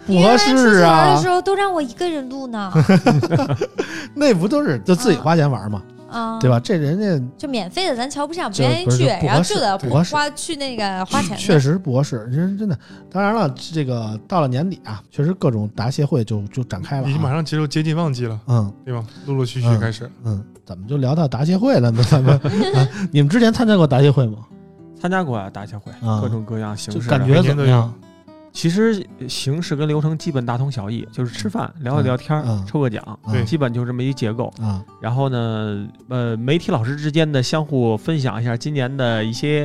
C: 不合适
B: 原来出去玩
C: 啊
B: 的时。候都让我一个人
C: (laughs)
B: 录呢，
C: 那不都是就自己
B: 嗯
C: 花钱玩嘛，
B: 啊，
C: 对？吧？这人家
B: 就免费的，咱瞧不上，不
C: 这
B: 愿意
C: 不是
B: 去，
C: 不
B: 然
C: 合
B: 后
C: 适
B: 就得
C: 不合适
B: 花去那个花钱的，
C: 确实不合适，人真的。当然了，这个到了年底啊，确实各种答谢会就就展开了、
D: 已经马
C: 啊。
D: 上接受接近旺季了，
C: 嗯
D: 对吧？陆陆续续
C: 嗯
D: 开始，
C: 嗯，怎么就聊到答谢会了呢？咱们、啊、你们之前参加过答谢会吗？
E: 参加过啊，大协会
C: 啊
E: 各种各样形
C: 就
E: 式的，
C: 感觉怎么样？
E: 其实形式跟流程基本大同小异，就是吃饭、聊一聊天儿、
C: 嗯
E: 抽个奖，
D: 对
E: 基本就这么一结构。
C: 啊
E: 然后呢，呃，媒体老师之间的相互分享一下今年的一些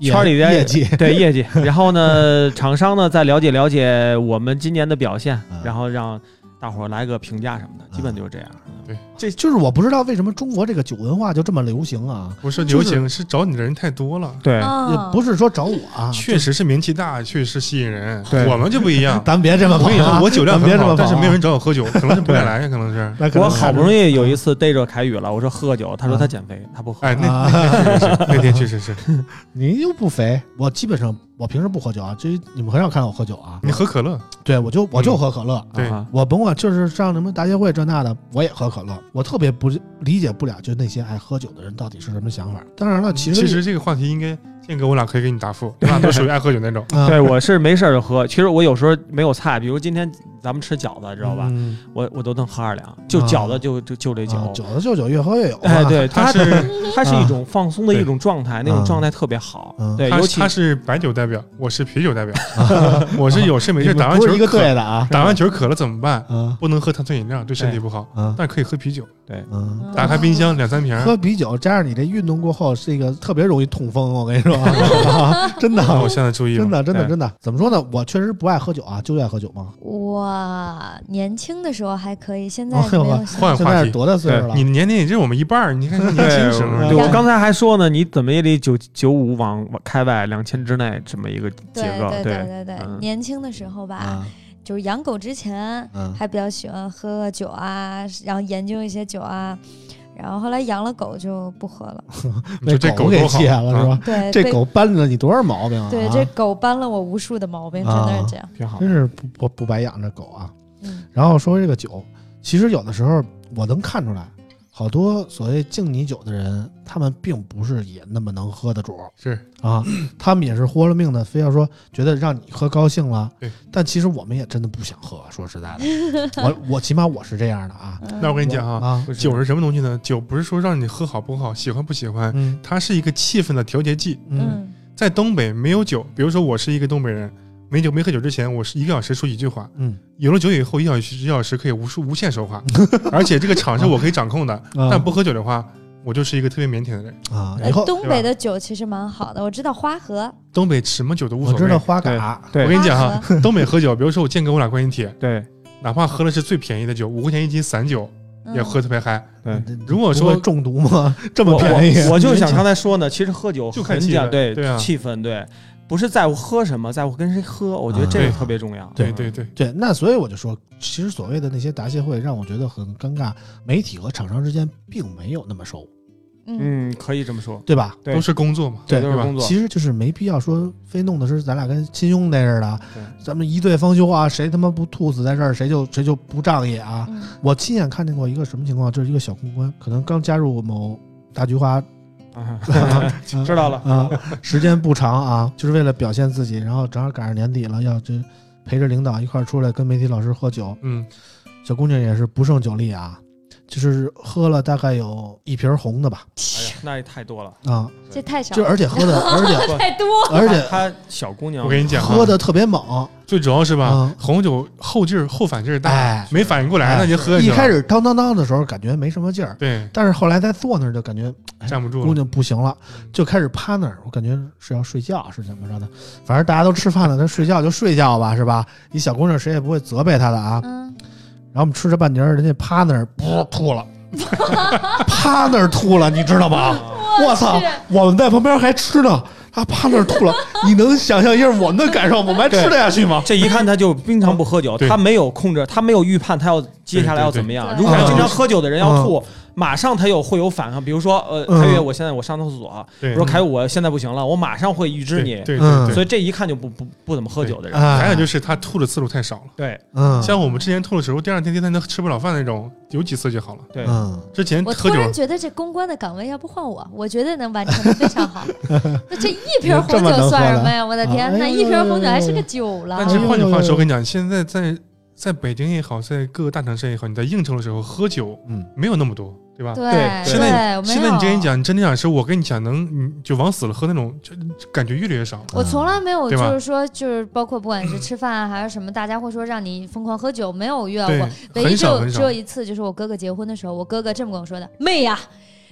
C: 业
E: 圈里的
C: 业绩
E: (laughs) 对业绩，然后呢，厂商呢再了解了解我们今年的表现
C: 嗯，
E: 然后让大伙儿来个评价什么的，基本就是这样。
C: 这就是我不知道为什么中国这个酒文化就这么流行啊，
D: 不是
C: 就
D: 流
C: 是
D: 行，是找你的人太多了。
E: 对
C: 也
B: 啊，
C: 不是说找我啊，，
D: 确实是名气大，确实吸引人
E: 对。
D: 我们就不一样
C: 咱别这么
D: 我
C: 捧
D: 跟你
C: 啊
D: 说，我酒量
C: 咱别
D: 很
C: 这么
D: 好，
C: 捧啊
D: 但是没有人找我喝酒，可能是不敢来，可能是。
C: 那可能
E: 我好
C: 还是
E: 不容易有一次逮着凯宇了，我说喝酒，他
C: 嗯
E: 说他减肥，他不喝
D: 哎，。那
C: 啊
D: 那天确实是，
C: 你又不肥，我基本上我平时不喝酒啊，至于你们很少看到我喝酒啊。
D: 你喝可乐，
C: 对我就我就喝可乐，
D: 对
E: 啊
C: 我甭管就是上什么答谢会这那的，我也喝可乐。我特别不理解不了，就那些爱喝酒的人到底是什么想法。当然了，嗯其实。
D: 其实这个话题应该宪哥我俩可以给你答复，我俩都属于爱喝酒那种
C: (laughs) 啊
E: 对，我是没事儿就喝。其实我有时候没有菜，比如今天咱们吃饺子，知道吧？
C: 嗯
E: 我我都能喝二两，就
C: 啊
E: 饺子就就就这酒
C: 啊。酒的就酒，越喝越有。
E: 哎，，对，
D: 他
E: 它
D: 是
C: (laughs)
E: 它是
C: 啊
E: 一种放松的一种状态，那
C: 啊
E: 种状态特别好
C: 嗯。
E: 对，
D: 他
E: 尤
D: 是
E: 其
D: 他是白酒代表，我是啤酒
C: (laughs)
D: 代表，我是有事没
C: 你
D: 事
C: 们
D: 打完
C: 不
D: 球
C: 是一个
D: 渴，
C: 队的啊。
D: 打完球渴了怎么办？
C: 啊
D: 不能喝碳酸饮料，对身体不好，
C: 啊
D: 但可以喝啤酒。
C: 嗯，
D: 打开冰箱两三瓶儿，
C: 喝啤酒加上你这运动过后，这个特别容易痛风。我跟你说， (laughs) 啊真的
D: 那哦我现在注意
C: 真
D: 了，
C: 的真的
E: 对
C: 真的，怎么说呢？我确实不爱喝酒啊，就爱喝酒嘛。
B: 哇，年轻的时候还可以，现在
C: 哎呦
B: 没有
C: 我
B: 想
D: 换
C: 现
D: 话
C: 在是
D: 题。
C: 多大岁数了？
D: 你的年龄也就是我们一半儿，你看你年轻时候
C: 嗯
E: 对，我刚才还说呢，你怎么也得九九五往开外两千之内这么一个
B: 对
E: 结构，
B: 对对对，
E: 嗯
B: 年轻的时候吧，
C: 啊，
B: 就是养狗之前
C: 嗯
B: 还比较喜欢喝个酒啊，然后研究一些酒啊，然后后来养了狗就不喝了。
D: 你说这
C: 狗
D: 狗
C: 给
D: 多好
C: 戒了是吧
D: 啊？？
B: 对，
C: 这
B: 被
C: 狗搬了你多少毛病啊？啊
B: 对这狗搬了我无数的毛病，真的是这样。
E: 挺好
C: 真。是不不不白养这狗啊。
B: 嗯，
C: 然后说这个酒，其实有的时候我能看出来，好多所谓敬你酒的人，他们并不是也那么能喝的主儿
D: 是
C: 啊，他们也是豁了命的，非要说觉得让你喝高兴了
D: 对。
C: 但其实我们也真的不想喝，说实在
B: (laughs)
C: 的，我我起码我是这样的啊。
D: 那我跟你讲啊，
C: 啊，
D: 酒是什么东西呢？酒不是说让你喝好不好，喜欢不喜欢，
C: 嗯
D: 它是一个气氛的调节剂。
C: 嗯
B: 嗯
D: 在东北没有酒，比如说我是一个东北人，没酒没喝酒之前，我是一个小时说一句话；
C: 嗯，
D: 有了酒以后，一小时一小时可以无数无限说话，而且这个场是我可以掌控的。
C: 啊
D: 但不喝酒的话，我就是一个特别腼腆的人。
C: 啊，
B: 呃
C: 以后
B: 东北的酒其实蛮好的，我知道花河，
D: 东北什么酒都无
C: 我
D: 所
C: 知
D: 谓。
C: 道花嘎，
D: 我跟
E: 对
D: 你讲哈
B: 花，
D: 东北喝酒，比如说我建哥我俩关系铁，
E: 对，
D: 哪怕喝的是最便宜的酒，五块钱一斤散酒，
B: 嗯
D: 也喝特别嗨。嗯
E: 对
C: 你
D: 如 (laughs) 果说
C: 不会中毒吗？这
E: 我
C: 么便宜，
E: 我我就想刚才说呢，其实喝酒
D: 就看
E: 很
D: 气
E: 讲
D: 氛
E: 对
D: 对啊
E: 气氛对，不是在乎喝什么，在乎跟谁喝，我觉得
C: 啊
E: 这个
D: 对
E: 特别重要。
D: 对对对，
C: (laughs) 对，那所以我就说，其实所谓的那些答谢会，让我觉得很尴尬。媒体和厂商之间并没有那么熟，
B: 嗯，
E: 嗯，可以这么说，
C: 对吧？
E: 对
D: 都是工作嘛，
C: 对
E: 都是
D: 吧
E: 工作，
C: 其实就是没必要说非弄的是咱俩跟亲兄弟似的
E: 对，
C: 咱们一对方休啊，谁他妈不吐死在这儿，谁就谁就不仗义
B: (laughs)
C: 啊！
B: 嗯
C: 我亲眼看见过一个什么情况，就是一个小公关可能刚加入某大菊花
E: 啊
C: 嗯
E: (laughs) 知道了。
C: 啊，时间不长啊，就是为了表现自己，然后正好赶上年底了，要这陪着领导一块儿出来跟媒体老师喝酒，
D: 嗯，
C: 小姑娘也是不胜酒力啊，就是喝了大概有一瓶红的吧，
E: 哎呀，那也太
C: (laughs)
E: 多了。
C: 啊，
B: 这太少
C: 就
B: 了，
C: 而且喝的，而
E: (laughs)
C: 且
B: 太
D: 啊
B: 多。
C: 啊而且
E: 她她小姑娘，
D: 我跟你讲啊，
C: 喝的特别猛，
D: 最主要是吧
C: 嗯，
D: 红酒后劲儿后反劲儿大，
C: 哎，
D: 没反应过来，
C: 哎
D: 那您喝下去
C: 一
D: 了
C: 开始当当当的时候感觉没什么劲儿，
D: 对
C: 但是后来在坐那儿就感觉
D: 站不住
C: 姑
D: 了，
C: 娘不行了，就开始趴那儿，我感觉是要睡觉是怎么着的，反正大家都吃饭了，她睡觉就睡觉吧，是吧？一小姑娘谁也不会责备她的啊。
B: 嗯，
C: 然后我们吃着半截儿，人家趴那儿，噗吐了， (laughs) 趴那儿吐了，你知道吗？我操！我们在旁边还吃呢，他趴那儿吐了，
B: (laughs)
C: 你能想象一下我们的感受吗？我们还吃得下去吗？
E: 这一看她就平常不喝酒，
D: 对
E: 她没有控制，她没有预判她要接下来要怎么样
B: 对。对对
E: 如果她
C: 对
E: 经常喝酒的人要吐，马上她有会有反抗，比如说呃，
C: 嗯
E: 凯越，我现在我上趟厕所啊，
D: 对
E: 我说凯越，我现在不行了，我马上会预知
D: 嗯对
E: 你。
D: 对
C: 嗯
D: 对对
E: 所以这一看就不不不怎么喝酒的人，
C: 啊
D: 还有就是他吐的次数太少了，
E: 对
C: 嗯，
D: 像我们之前吐的时候，第二天、第三天都吃不了饭那种，有几次就好了。
E: 对，
C: 嗯，
D: 之前
B: 我
D: 喝
B: 突
D: 酒，
B: 然觉得这公关的岗位要不换我，我绝对能完成的非
C: (laughs)
B: 常好。那这一瓶红酒算什么呀？我
C: 啊
B: 的
C: 哎
B: 天，那一瓶红酒还是个酒了
D: 但。是换句话说，我跟你讲，现在在在北京也好，在各个大城市也好，你在应酬的时候喝酒，
C: 嗯，
D: 没有那么多，对吧？
B: 对
E: 对
D: 现
B: 对
D: 在
B: 我没有
D: 现在你真跟你讲，你真的想吃，我跟你讲，能你就往死了喝那种，就就感觉越来越少了。
B: 我从来没有，
D: 对吧
B: 就是说，就是包括不管是吃饭啊还是什么，大家会说让你疯狂喝酒，没有遇到
D: 对
B: 过。，呃唯一
D: 很
B: 只
D: 少
B: 有
D: 很
B: 只
D: 少
B: 有。一次，就是我哥哥结婚的时候，我哥哥这么跟我说的：“妹呀、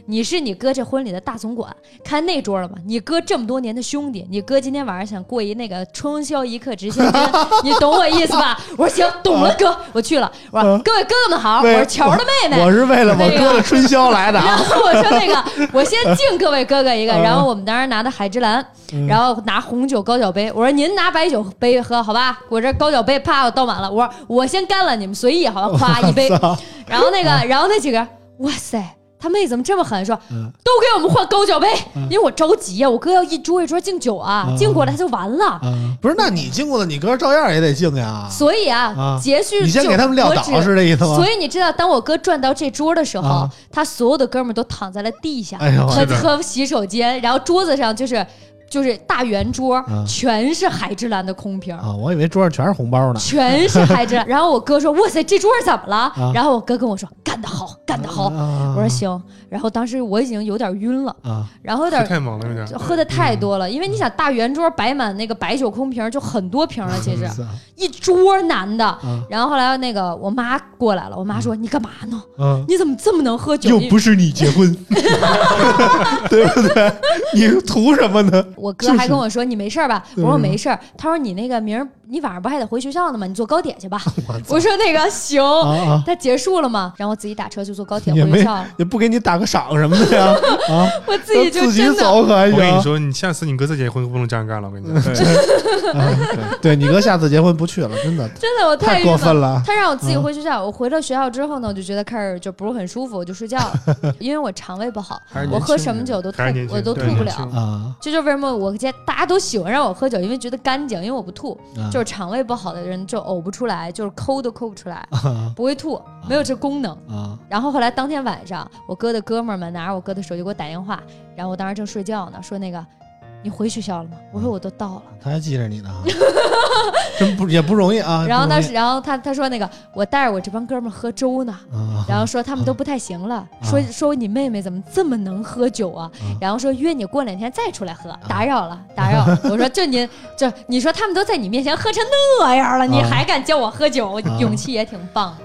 B: 你是你哥这婚礼的大总管，看那桌了吗？你哥这么多年的兄弟，你哥今天晚上想过一那个春宵一刻值千
D: (laughs)
B: 金，你懂我意思吧？”我说：“行，懂
D: 啊
B: 了，哥，我去了。”我说：“各位哥哥们好，我
C: 对
B: 是乔儿的妹妹。”
C: 我是为了我哥的春宵来的
B: 然 (laughs)
C: 啊。嗯
B: 后我说那
C: (laughs)
B: 个，我先敬各位哥哥一个。然后我们当时拿的海之蓝，然后拿红酒高脚杯。我说您拿白酒杯喝好吧，我这高脚杯啪我倒满了。我说我先干了，你们随
C: (laughs)
B: 意好吧，夸一杯。然后那个，然后那几个人，哇塞。他妹怎么这么狠？说
C: 嗯
B: 都给我们换高脚杯，因为我着急呀、我哥要一桌一桌敬酒啊
C: 嗯，
B: 敬过来就完了。
C: 啊，不是，那你经过的，你哥照样也得敬呀。
B: 所以啊
C: 啊，
B: 结束
C: 你先
B: 就
C: 给他们撂
B: 我
C: 倒
B: 只
C: 是这意思吗
B: 所？以你知道，当我哥转到这桌的时候，
C: 啊
B: 他所有的哥们儿都躺在了地下，
C: 哎呦
B: 和
D: 是的
B: 和洗手间，然后桌子上就是就是大圆桌，
C: 啊
B: 全是海之蓝的空瓶儿。
C: 啊，我以为桌上全是红包呢。
B: (laughs) 全是海之蓝，然后我哥说：“哇塞，这桌儿怎么了？”
C: 啊
B: 然后我哥跟我说：“干得好，干得好。
C: 啊
B: 我说：“行。”然后当时我已经有点晕了，
C: 啊，
B: 然后有点
D: 太猛了，有点。
B: 喝的太多了，因为你想大圆桌摆满那个白酒空瓶儿，就很多瓶儿了，其实
C: 嗯
B: 一桌男的。
C: 啊
B: 然后后来那个我妈过来了，我妈说：“你干嘛呢？”
C: 啊，
B: 你怎么这么能喝酒？
C: 又
B: 因为
C: 不是你结
B: (laughs)
C: 婚，对不对？你图什么呢？
B: 我
C: 就
B: 哥
C: 是
B: 还跟我说你没事儿吧？
C: 嗯
B: 我说我没事儿。他说你那个明儿你晚上不还得回学校呢吗？你坐高铁
C: (laughs)
B: 去吧。
C: 我操
B: 我说那个行，
C: 啊啊！
B: 他结束了嘛，然后我自己打车就坐高铁
C: 也
B: 回
C: 没
B: 学校了。
C: 也不给你打个赏什么的
B: (laughs)
C: 呀？啊，
B: 我自己就
C: 自己
B: 真的
C: 走可哎还
D: 我跟你
C: 行？
D: 说，你下次你哥再结婚不能这样干了。我跟你讲，
C: 啊对你哥下次结婚不去了，真的
B: 真的我太
C: 太
B: 郁闷
C: 过分了。嗯
B: 他让我自己回学校，我回到学校之后呢，我就觉得开始就不是很舒服，我就睡觉
C: (laughs)
B: 了，因为我肠胃不好
E: 还是，
B: (laughs) 我
E: 年
B: 喝
E: 轻
B: 什么
E: 人
B: 酒都吐
D: 还是年，轻
B: 我都
D: 对
B: 吐不
D: 年轻
B: 了。
C: 啊！
B: 这就是为什么我家大家都喜欢让我喝酒，因为觉得干净，因为我不吐。
C: 啊
B: 就是肠胃不好的人就呕不出来，就是抠都抠不出来，
C: 啊
B: 不会吐，没有这功能。
C: 啊
B: 然后后来当天晚上，我哥的哥们儿们拿着我哥的手机给我打电话，然后我当时正睡觉呢，说那个你回学校了吗？
C: 嗯
B: 我说我都到了。
C: 他还记着你呢
B: (laughs)
C: 啊，真不也不容易啊。
B: 然后
C: 不容
B: 当
C: 易
B: 时，然后他他说那个我带着我这帮哥们儿喝
C: (laughs)
B: 粥呢。
C: 啊，
B: 然后说他们都不太行了，
C: 啊
B: 说说你妹妹怎么这么能喝酒啊？
C: 啊
B: 然后说约你过两天再出来喝，打扰了，打
C: (laughs)
B: 扰了。我说这您这你说他们都在你面前喝成那样了，你
C: 啊
B: 还敢叫我喝酒，
C: 啊
B: 勇气也挺棒的。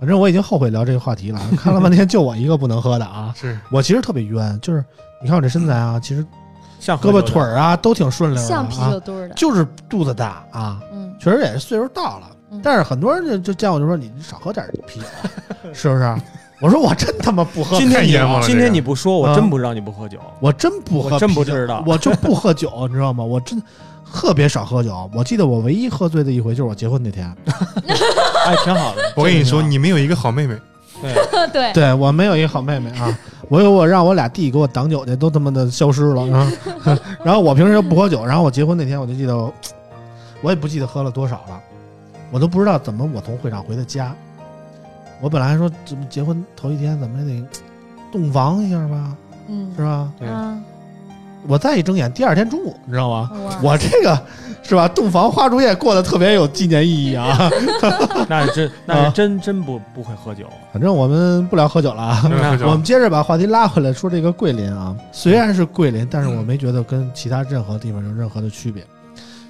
C: 反正我已经后悔聊这个话题了， (laughs) 看了半天就我一个不能喝的啊。
D: 是
C: 我其实特别冤，就是你看我这身材啊，其实
E: 像喝
C: 胳
E: 酒
C: 膊
E: 的
C: 腿儿啊都挺顺溜的啊，
B: 像啤酒肚儿的，
C: 就是肚子大啊，
B: 嗯，
C: 确实也是岁数到了
B: 嗯，
C: 但是很多人就就见我就说你少喝点啤酒，啊是不是？我说我真他妈不喝，
E: 今天
D: 太
E: 你
D: 冤枉了
E: 今
D: 这
E: 天
D: 个嗯
E: 你不说，
C: 啊
E: 我真不知道你不喝酒。
C: 我真不喝啤酒，
E: 我真不知道
C: 我就不喝酒，你知道吗？我真特别少喝酒。我记得我唯一喝醉的一回就是我结婚那天，
E: 哎，挺好的。
D: 我跟你说，
C: 真的
D: 你没有一个好妹妹，
C: (laughs)
B: 对，
C: 对我没有一个好妹妹啊，我有我让我俩弟给我挡酒去，都他妈的消失了
D: 哎
C: 啊。然后我平时又不喝酒，然后我结婚那天我就记得我，我也不记得喝了多少了，我都不知道怎么我从会场回的家。我本来说怎么结婚头一天怎么也得洞房一下吧，
B: 嗯
C: 是吧？
E: 对
B: 啊，
C: 我再一睁眼，第二天中午，你知道吗？
D: 嗯
B: 哇
C: 我这个是吧？洞房花烛夜过得特别有纪念意义
D: (laughs)
C: 啊。
E: 那是真，那是
D: 嗯
E: 真真不不会喝酒。
C: 反正我们不聊喝酒了啊。
D: 没有喝酒嗯
C: 我们接着把话题拉回来，说这个桂林啊，虽然是桂林，但是我没觉得跟其他任何地方有任何的区别。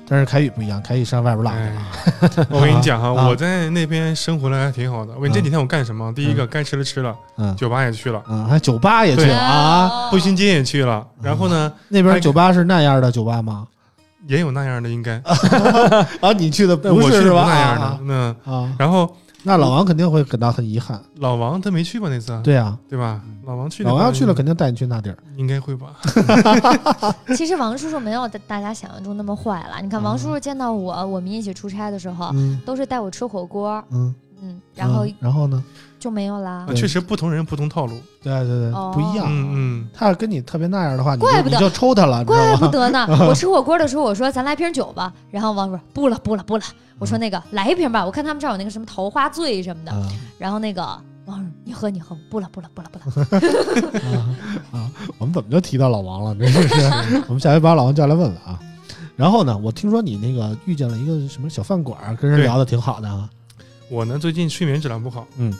C: 但是凯宇不一样，凯宇上外边浪去了，
D: 哎 (laughs) 我跟你讲
C: 啊
D: 哈，我在那边生活的还挺好的。我这几天我干什么？第一个该吃的吃了，
C: 嗯
D: 酒吧也去
B: 哦
D: 了，
C: 啊，还酒吧也去了啊。
D: 步行街也去了，
C: 嗯
D: 然后呢
C: 那边酒吧是那样的酒吧吗？
D: 也有那样的，应该
C: (laughs) 啊，你去的
D: 但
C: 不
D: 我去
C: 是
D: 不
C: 吧？
D: 那样
C: 啊
D: 的。那
C: 啊啊，
D: 然后
C: 那老王肯定会感到很遗憾。
D: 老王他没去吧那次，
C: 对啊，
D: 对吧？老王去的
C: 老
D: 话，
C: 王要去了，肯定带你去那地儿。
D: 应该会吧？
B: 其实王叔叔没有大大家想象中那么坏了。你看，王叔叔见到我，我们一起出差的时候，
C: 嗯
B: 都是带我吃火锅，
C: 嗯，
B: 嗯，哦然后
C: 嗯然后呢？
B: 就没有啦
D: (laughs) 啊。确实不同人不同套路。
C: 对对对，啊
B: 哦
C: 不一样。
D: 嗯嗯，
C: 他要跟你特别那样的话，你
B: 怪
C: 就
B: 不
C: 你
B: 得
C: 就抽他了，你知
B: 怪
C: 道
B: 不
C: 吗？
B: 得呢！我吃火锅的时候，我说咱来瓶酒吧，然后王叔说不了不了不了，我说那个来一瓶吧，我看他们这儿有那个什么桃花醉什么的，
C: 啊
B: 然后那个王叔你喝你喝，不了不了不了不了，
C: 啊啊！我们怎么就提到老王了？真是， (laughs) 我们下回把老王叫来问问啊。然后呢，我听说你那个遇见了一个什么小饭馆儿，跟人
D: 对
C: 聊的挺好的啊。
D: 我呢最近睡眠质量不好，
C: 嗯，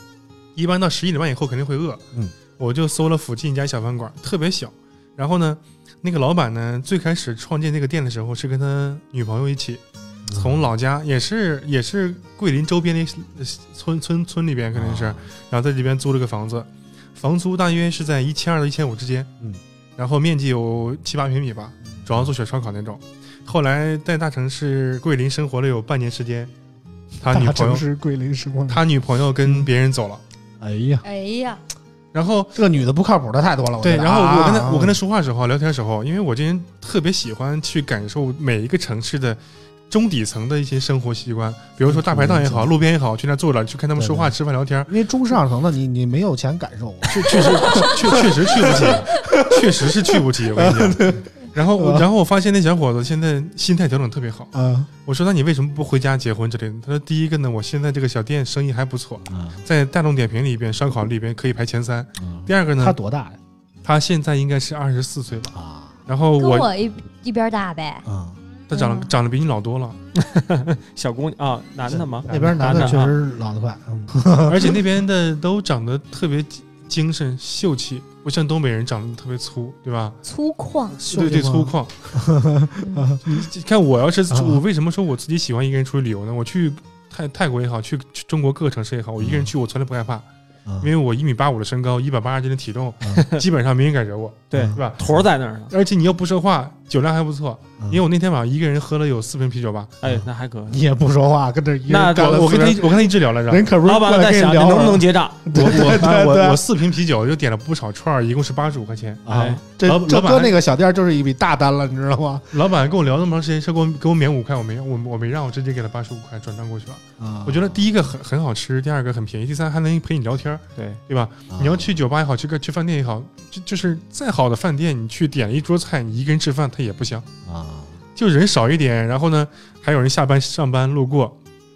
D: 一般到十一点半以后肯定会饿，
C: 嗯，
D: 我就搜了附近一家小饭馆，特别小。然后呢，那个老板呢，最开始创建这个店的时候是跟他女朋友一起，
C: 嗯
D: 从老家也是也是桂林周边的呃村村村里边可能是，
C: 啊
D: 然后在这边租了个房子，房租大约是在一千二到一千五之间，
C: 嗯，
D: 然后面积有七八平米吧，主要做小烧烤那种。后来在大城市桂林生活了有半年时间，他女
C: 大
D: 朋
C: 城
D: 友
C: 市桂林时光，
D: 他女朋友
C: 嗯
D: 跟别人走了，
C: 哎呀，
B: 哎呀，
D: 然后
C: 这女的不靠谱的太多了。我觉
D: 对，
C: 得
D: 然后我跟他
C: 啊
D: 我跟他说话的时候聊天的时候，因为我这人特别喜欢去感受每一个城市的中底层的一些生活习惯，比如
C: 嗯
D: 说大排档也好，路边也好，去那坐着去看他们说话、吃饭、聊天，
C: 因为中上层的你你没有钱感受，
D: 确确实确确实去不起，确实是去不起，我跟你讲。 (laughs) 然后我，然后我发现那小伙子现在心态调整特别好。
C: (laughs) 嗯
D: 我说：“那你为什么不回家结婚之类的？”他说：“第一个呢，我现在这个小店生意还不错，
C: 啊，
D: 在大众点评里边、烧烤里边可以排前三。第二个
C: 他
D: 呢，
C: 多大呀？
D: 他现在应该是二十四岁吧。
C: 啊
D: 然后
B: 跟
D: 我
B: 我一一边大呗，
C: 啊，
D: 他长得
B: 嗯
D: 长得比你老
C: (laughs)
D: 多了，
E: 小姑娘啊，男的啊吗？
C: 那边男的确实老得快，嗯
D: 而且那边的都长得特别精神秀气，不像东北人长得特别粗，对吧？
B: 粗犷，
D: 对对，粗犷。
C: (laughs)
D: 你看我要是
C: 啊
D: 我为什么说我自己喜欢一个人出去旅游呢？我去泰泰国也好，去去中国各个城市也好，我一
C: 嗯
D: 个人去我从来不害怕，
C: 啊
D: 因为我一米八五的身高，一百八十斤的体重，
C: 嗯
D: (laughs) 基本上没人敢惹我，
E: 对
D: 是，吧？
E: 坨儿在那儿呢。
D: 而且你又不说话，酒量还不错，
C: 嗯
D: 因为我那天晚上一个人喝了有四瓶啤酒吧，
E: 哎，那还可以。
C: 你也不说话，跟这儿一人
E: 那
C: 干了
D: 我我跟他
C: 四
D: 一我跟他一直聊来着，
C: 人可不是
E: 老板
C: 过来
E: 在
C: 跟
E: 想
C: 你
E: 你
C: 聊
E: 能
C: 会
E: 不
C: 儿
E: 能结账？
D: 我我
C: (laughs) 对
D: 我我四瓶啤酒就点了不少串儿，一共是八十五块钱。
C: 啊
E: 哎？
C: 这
D: 老
C: 这
D: 老板
C: 搁那个小店儿就是一笔大单了，你知道吗？
D: 老板跟我聊那么长时间，说给我给我免五块，我没我我没让，我直接给他八十五块转账过去了。
C: 啊
D: 我觉得第一个很很好吃，第二个很便宜，第三还能陪你聊天儿，
E: 对，
D: 对吧？
C: 啊
D: 你要去酒吧也好，去个去饭店也好，就就是再好的饭店，你去点一桌菜，你一个人吃饭它也不香，
C: 啊
D: 就人少一点，然后呢还有人下班上班路过，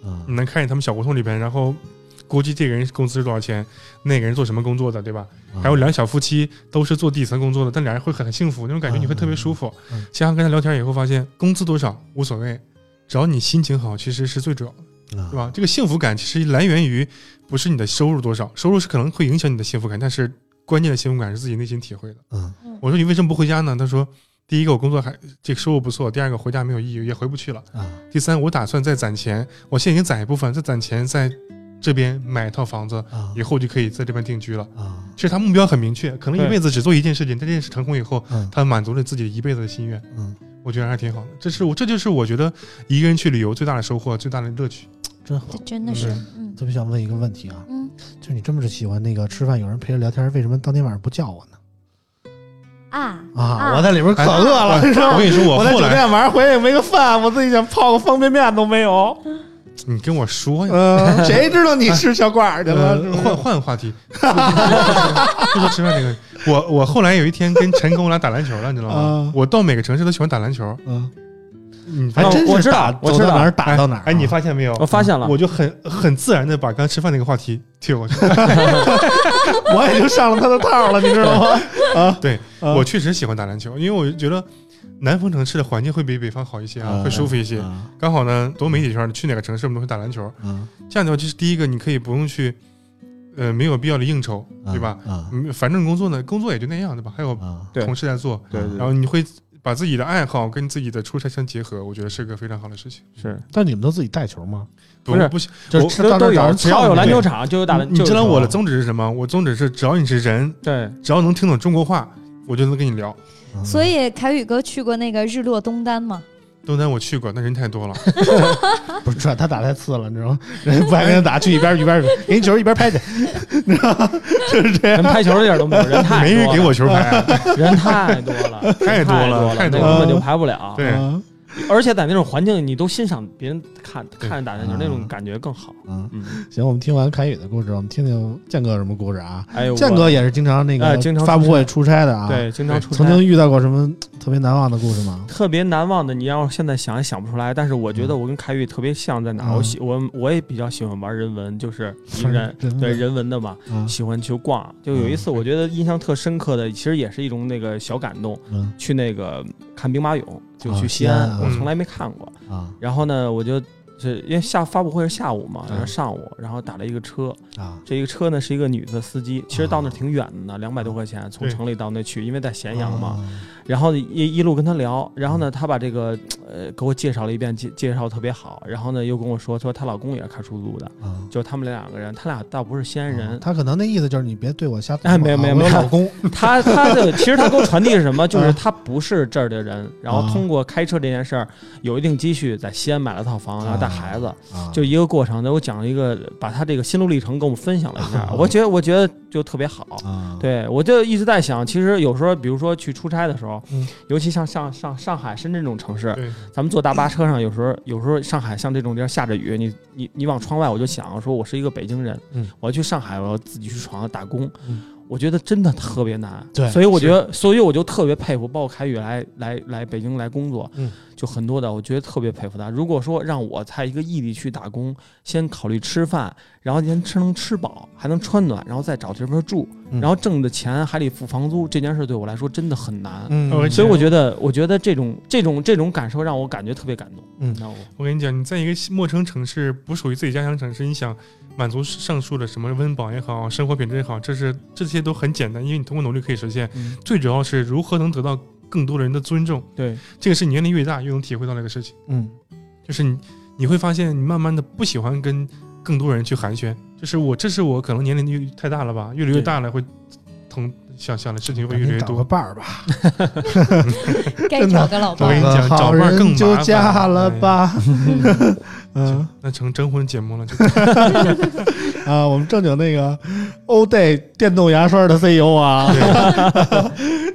C: 啊
D: 你能看见他们小胡同里边，然后估计这个人工资是多少钱，那个人做什么工作的，对吧？
C: 嗯
D: 还有两小夫妻都是做底层工作的，但俩人会很幸福，那种感觉你会特别舒服
C: 嗯嗯嗯。
D: 加上跟他聊天以后，发现工资多少无所谓，只要你心情好，其实是最主要的，
C: 啊
D: 对吧？这个幸福感其实来源于不是你的收入多少，收入是可能会影响你的幸福感，但是关键的幸福感是自己内心体会的。
C: 嗯
D: 我说你为什么不回家呢？他说。第一个，我工作还这个收入不错；第二个，回家没有意义，也回不去了；
C: 啊
D: 第三，我打算再攒钱，我现在已经攒一部分，再攒钱在这边买一套房子，
C: 啊
D: 以后就可以在这边定居了。
C: 啊
D: 其实他目标很明确，可能一
E: 对
D: 辈子只做一件事情，但这件事成功以后，
C: 嗯
D: 他满足了自己一辈子的心愿，
C: 嗯，
D: 我觉得还挺好的。这是我，这就是我觉得一个人去旅游最大的收获，最大的乐趣。
C: 真好
B: 这。真的是，嗯
C: 特别想问一个问题啊，
B: 嗯
C: 就是你这么喜欢那个吃饭有人陪着聊天，为什么当天晚上不叫我呢？
B: 啊
C: 啊，我在里边可
D: 哎
C: 饿了，你知道
D: 我
C: 吗
D: 跟？你说，
C: 我在
D: 后
C: 酒
D: 来
C: 店晚上回来也没个饭，我自己想泡个方便面都没有。
D: 你跟我说呀。
C: 嗯， (laughs) 谁知道你吃小馆儿去了？嗯
D: 呃
C: 是不是
D: 换换个话题， (laughs) 不说吃饭这个。我我后来有一天跟陈跟我俩打篮球了，你知道
C: 啊
D: 吗？我到每个城市都喜欢打篮球。
C: 嗯，
D: 你
C: 还
D: 发
C: 真是
E: 哎我知道
C: 打
E: 我
C: 走
E: 知道
C: 到哪儿哎打到哪儿啊。
D: 哎，你发现没有？
E: 我发现了，
D: 我就很很自然的把刚吃饭那个话题退过去。
C: (laughs) 我也就上了他的套了，你知 (laughs) 道吗？啊，
D: 对
E: 嗯
C: 啊，
D: 我确实喜欢打篮球，因为我觉得南方城市的环境会比北方好一些
E: 嗯
D: 啊，会舒服一些。
C: 啊
D: 刚好呢，多媒体圈，去哪个城市我们都会打篮球。
E: 嗯
C: 啊
D: 这样的话，就是第一个，你可以不用去，呃，没有必要的应酬，对吧？
C: 啊
D: 嗯，反正工作呢，工作也就那样，对吧？还有
C: 啊
E: 对
D: 同事在做，
E: 对对
D: 然后你会把自己的爱好跟自己的出差相结合，我觉得是个非常好的事情。
E: 是
C: 但你们都自己带球吗？
D: 不
E: 不是
D: 不行，
C: 就
D: 我
C: 是
E: 都
C: 到那儿
E: 都
C: 找
E: 有，
C: 人
E: 只
C: 蹭
E: 要有
C: 你
E: 篮
C: 呗
E: 球场就有打篮，
D: 你
E: 就有
D: 知道
E: 球
D: 我的
E: 啊
D: 宗旨是什么？我宗旨是，只要你是人，
E: 对
D: 只要能听懂中国话，我就能跟你聊。
B: 所以凯宇哥去过那个日落东单吗？
D: 东南我去过，那人 (laughs) 太多了。
C: 不是，主要他打太次了，你知道吗？ (laughs) 人家不爱跟他打，去一边儿一边儿去，给你球一边儿拍去，你知道吗？就是这
E: 人
C: 样。
E: 拍球的地儿都没有，人太
D: (laughs) 没人给
E: 多了
D: 我球拍，啊
E: 人太多了，人
D: 太多了
E: 了，
D: 太
E: 那
D: 多
E: 根
C: 了
E: 本就排不了。
D: 对
C: 啊
E: 而且在那种环境，你都欣赏别人看看着打篮球
C: 啊
E: 那种感觉更好。
C: 啊，
E: 嗯，
C: 行，我们听完凯宇的故事，我们听听建哥有什么故事啊？
E: 哎呦，
C: 建
E: 我
C: 哥也是经常那个
E: 哎经常出
C: 发布会出差的啊。，
E: 对经常出
C: 曾
E: 差
C: 经遇到过什么特别难忘的故事吗？
E: 特别难忘的，你让我现在想也想不出来。但是我觉得我跟凯宇特别像，在哪儿？
C: 嗯
E: 我喜我我也比较喜欢玩人文，就是
C: 玩
E: 人
C: 人文
E: 对人文的嘛，
C: 啊，
E: 喜欢去逛。就有一
C: 嗯
E: 次，我觉得印象特深刻的，其实也是一种那个小感动。
C: 嗯
E: 去那个看兵马俑，就
C: 啊
E: 去
C: 西
E: 西
C: 安
E: 安，
C: 啊
E: 我从来没看过。
C: 啊
E: 然后呢，我就这因为下发布会是下午嘛，然后
C: 嗯
E: 上午，然后打了一个车，
C: 啊
E: 这一个车呢是一个女的司机，其实到那儿挺远的呢，两百多块钱从
D: 对
E: 城里到那去，因为在咸阳嘛。
C: 啊
E: 然后一一路跟她聊，然后呢，她把这个呃给我介绍了一遍，介介绍得特别好，然后呢又跟我说说她老公也是开出租的，
C: 啊
E: 就他们两个人，他俩倒不是西安
C: 啊
E: 人。
C: 他可能那意思就是你别对我瞎
E: 哎没有
C: 啊
E: 没有
C: 我
E: 没有
C: 老公
E: 他他的其实他给我传递是什么？就
C: 啊
E: 是他不是这儿的人，然后
C: 啊
E: 通过开车这件事儿，有一定积蓄，在西安买了套房，然后带孩子，
C: 啊，
E: (laughs) 就一个过程。那我讲了一个，把他这个心路历程跟我们分享了一下
C: 啊，
E: 我觉得我觉得就特别好。
C: 啊，
E: (laughs) 对，我就一直在想，其实有时候，比如说去出差的时候，
D: 嗯
E: 尤其像像上上海、深圳这种城市，
D: 对，
E: 咱们坐大巴车上，有时候有时候上海像这种地儿下着雨，你你你往窗外，我就想说，我是一个北京人，
C: 嗯
E: 我要去上海，我要自己去闯打工，
C: 嗯
E: 我觉得真的特别难。
C: 对
E: 所以我觉得，所以我就特别佩服，包括凯宇来来来北京来工作，
C: 嗯
E: 就很多的，我觉得特别佩服他。如果说让我在一个异地去打工，先考虑吃饭，然后先吃能吃饱，还能穿暖，然后再找地方住，
C: 嗯
E: 然后挣的钱还得付房租，这件事对我来说真的很难。
C: 嗯
D: 我
E: 所以我觉得，我觉得这种这种这种感受让我感觉特别感动。
C: 嗯
E: 你知道吗？
D: 我跟你讲，你在一个陌生城市，不属于自己家乡城市，你想满足上述的什么温饱也好，生活品质也好，这是这些都很简单，因为你通过努力可以实现。
E: 嗯，
D: 最主要是如何能得到更多人的尊重，
E: 对，
D: 这个是年龄越大越能体会到那个事情。
C: 嗯
D: 就是你你会发现，你慢慢的不喜欢跟更多人去寒暄。就是我，这是我可能年龄越太大了吧，越来越
E: 对
D: 大了，会同想想的事情会
C: 赶
D: 越来
C: 紧
D: 越
C: 找个
D: 多。
C: 伴儿吧，
B: 该
C: 真的
B: 找个老
D: 我
B: 伴
D: 跟
B: 儿了。
D: 你讲
C: 找个好
D: 找伴儿更
C: 人
D: 麻
C: 就
D: 烦
C: 嫁了
E: (laughs)
C: 吧，嗯
D: 行，那成征婚节目了，就 (laughs)
C: 啊，我们正经那个 Oday 电动牙刷的 CEO 啊，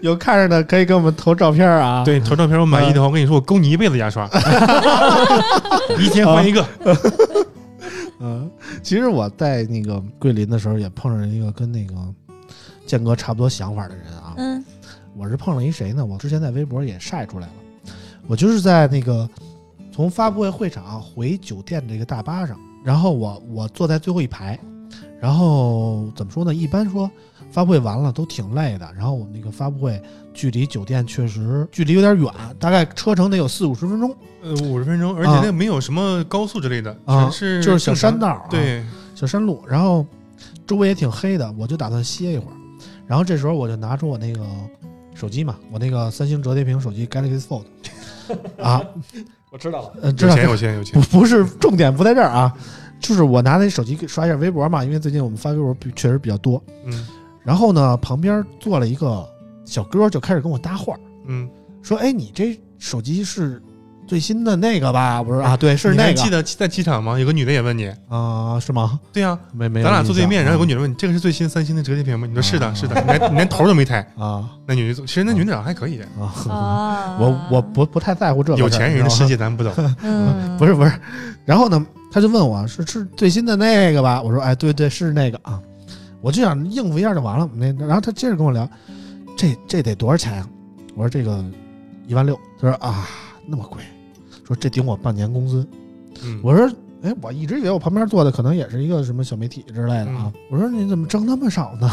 C: 有看着的可以给我们投照片啊，
D: 对，投照片我满意的话，我跟你说，我勾你一辈子牙刷， (laughs) 一天换一个。
C: 嗯，其实我在那个桂林的时候也碰上一个跟那个建哥差不多想法的人啊，
B: 嗯，
C: 我是碰上一谁呢？我之前在微博也晒出来了，我就是在那个从发布会会场回酒店这个大巴上，然后我我坐在最后一排，然后怎么说呢？一般说发布会完了都挺累的，然后我们那个发布会距离酒店确实距离有点远，大概车程得有四五十分钟，
D: 呃，五十分钟，而且那没有什么高速之类的，
C: 啊
D: 全是
C: 嗯就是小山
D: 正常
C: 道、啊，
D: 对，
C: 小山路，然后周围也挺黑的，我就打算歇一会儿。然后这时候我就拿出我那个手机嘛，我那个三星折叠屏手机 Galaxy
D: (laughs)
C: Fold 啊，
E: 我知道了。
C: 呃，知
D: 有
C: 道
D: 钱有钱有
C: 不
D: 钱。
C: 不是重点不在这儿啊，就是我拿那手机刷一下微博嘛，因为最近我们发微博比确实比较多。
D: 嗯
C: 然后呢，旁边坐了一个小哥，就开始跟我搭话儿，
D: 嗯，
C: 说：“哎，你这手机是最新的那个吧，不是啊？对，是
D: 你
C: 那
D: 还记
C: 个
D: 得在机场吗？有个女的也问你，
C: 啊、是吗？
D: 对呀、
C: 没没有印象，啊
D: 咱俩坐对面，然后有个
C: 女
D: 女的问你，这个是最新三星的折叠屏吗？你说是
C: 啊
D: 的，是的，你
C: (laughs)
D: 连你连头都没抬，
C: 啊
D: 那女的就其实那
C: 啊
D: 女的长得还可以，
C: 啊，
B: 啊
C: 我我不不太在乎这个事儿
D: 有钱人的世，
C: 你知
D: 界咱不懂，
C: 道吗 (laughs)
B: 嗯
C: 不是不是。然后呢，他就问我是是最新的那个吧？我说哎，对对，是那个啊。我就想应付一下就完了。那然后他接着跟我聊，这这得多少钱呀、我说这个一万六。他说啊，那么贵，说这顶我半年工资。
D: 嗯，
C: 我说，哎，我一直以为我旁边坐的可能也是一个什么小媒体之类的啊。
D: 嗯
C: 我说你怎么挣那么少呢？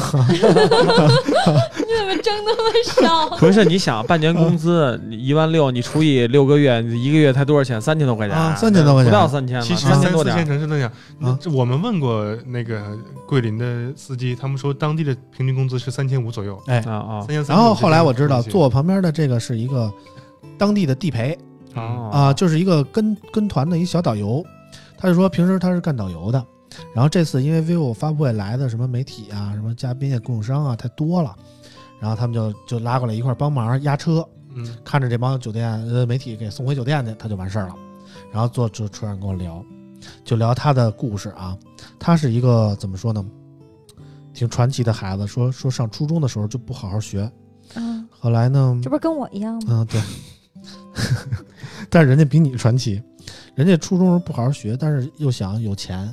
B: 你怎么挣那么少？ (laughs)
E: 不是你想半年工资一万六，你除以六个月，你一个月才多少钱？三千多块钱，
C: 啊三千多块钱
E: 哎不到三千了，
D: 其实
E: 三
D: 三
E: 千多
D: 四
E: 点
D: 线
E: 儿。
D: 城市那样，
C: 啊
D: 那这我们问过那个桂林的司机，他们说当地的平均工资是三千五左右，
E: 啊啊
D: 三千三。
C: 然后后来我知道，坐
D: 做
C: 我旁边的这个是一个当地的地陪
D: 啊，
C: 啊、就是一个跟跟团的一小导游。他就说平时他是干导游的，然后这次因为 vivo 发布会来的什么媒体啊、什么嘉宾啊、供应商啊太多了，然后他们就就拉过来一块儿帮忙押车，
D: 嗯
C: 看着这帮酒店呃媒体给送回酒店去，他就完事儿了。然后坐车车上跟我聊，就聊他的故事啊。他是一个怎么说呢，挺传奇的孩子，说说上初中的时候就不好好学，
B: 啊，
C: 后来呢，
B: 这不是跟我一样吗？
C: 嗯，对。 (laughs) 但是人家比你传奇，人家初中时候不好好学，但是又想有钱，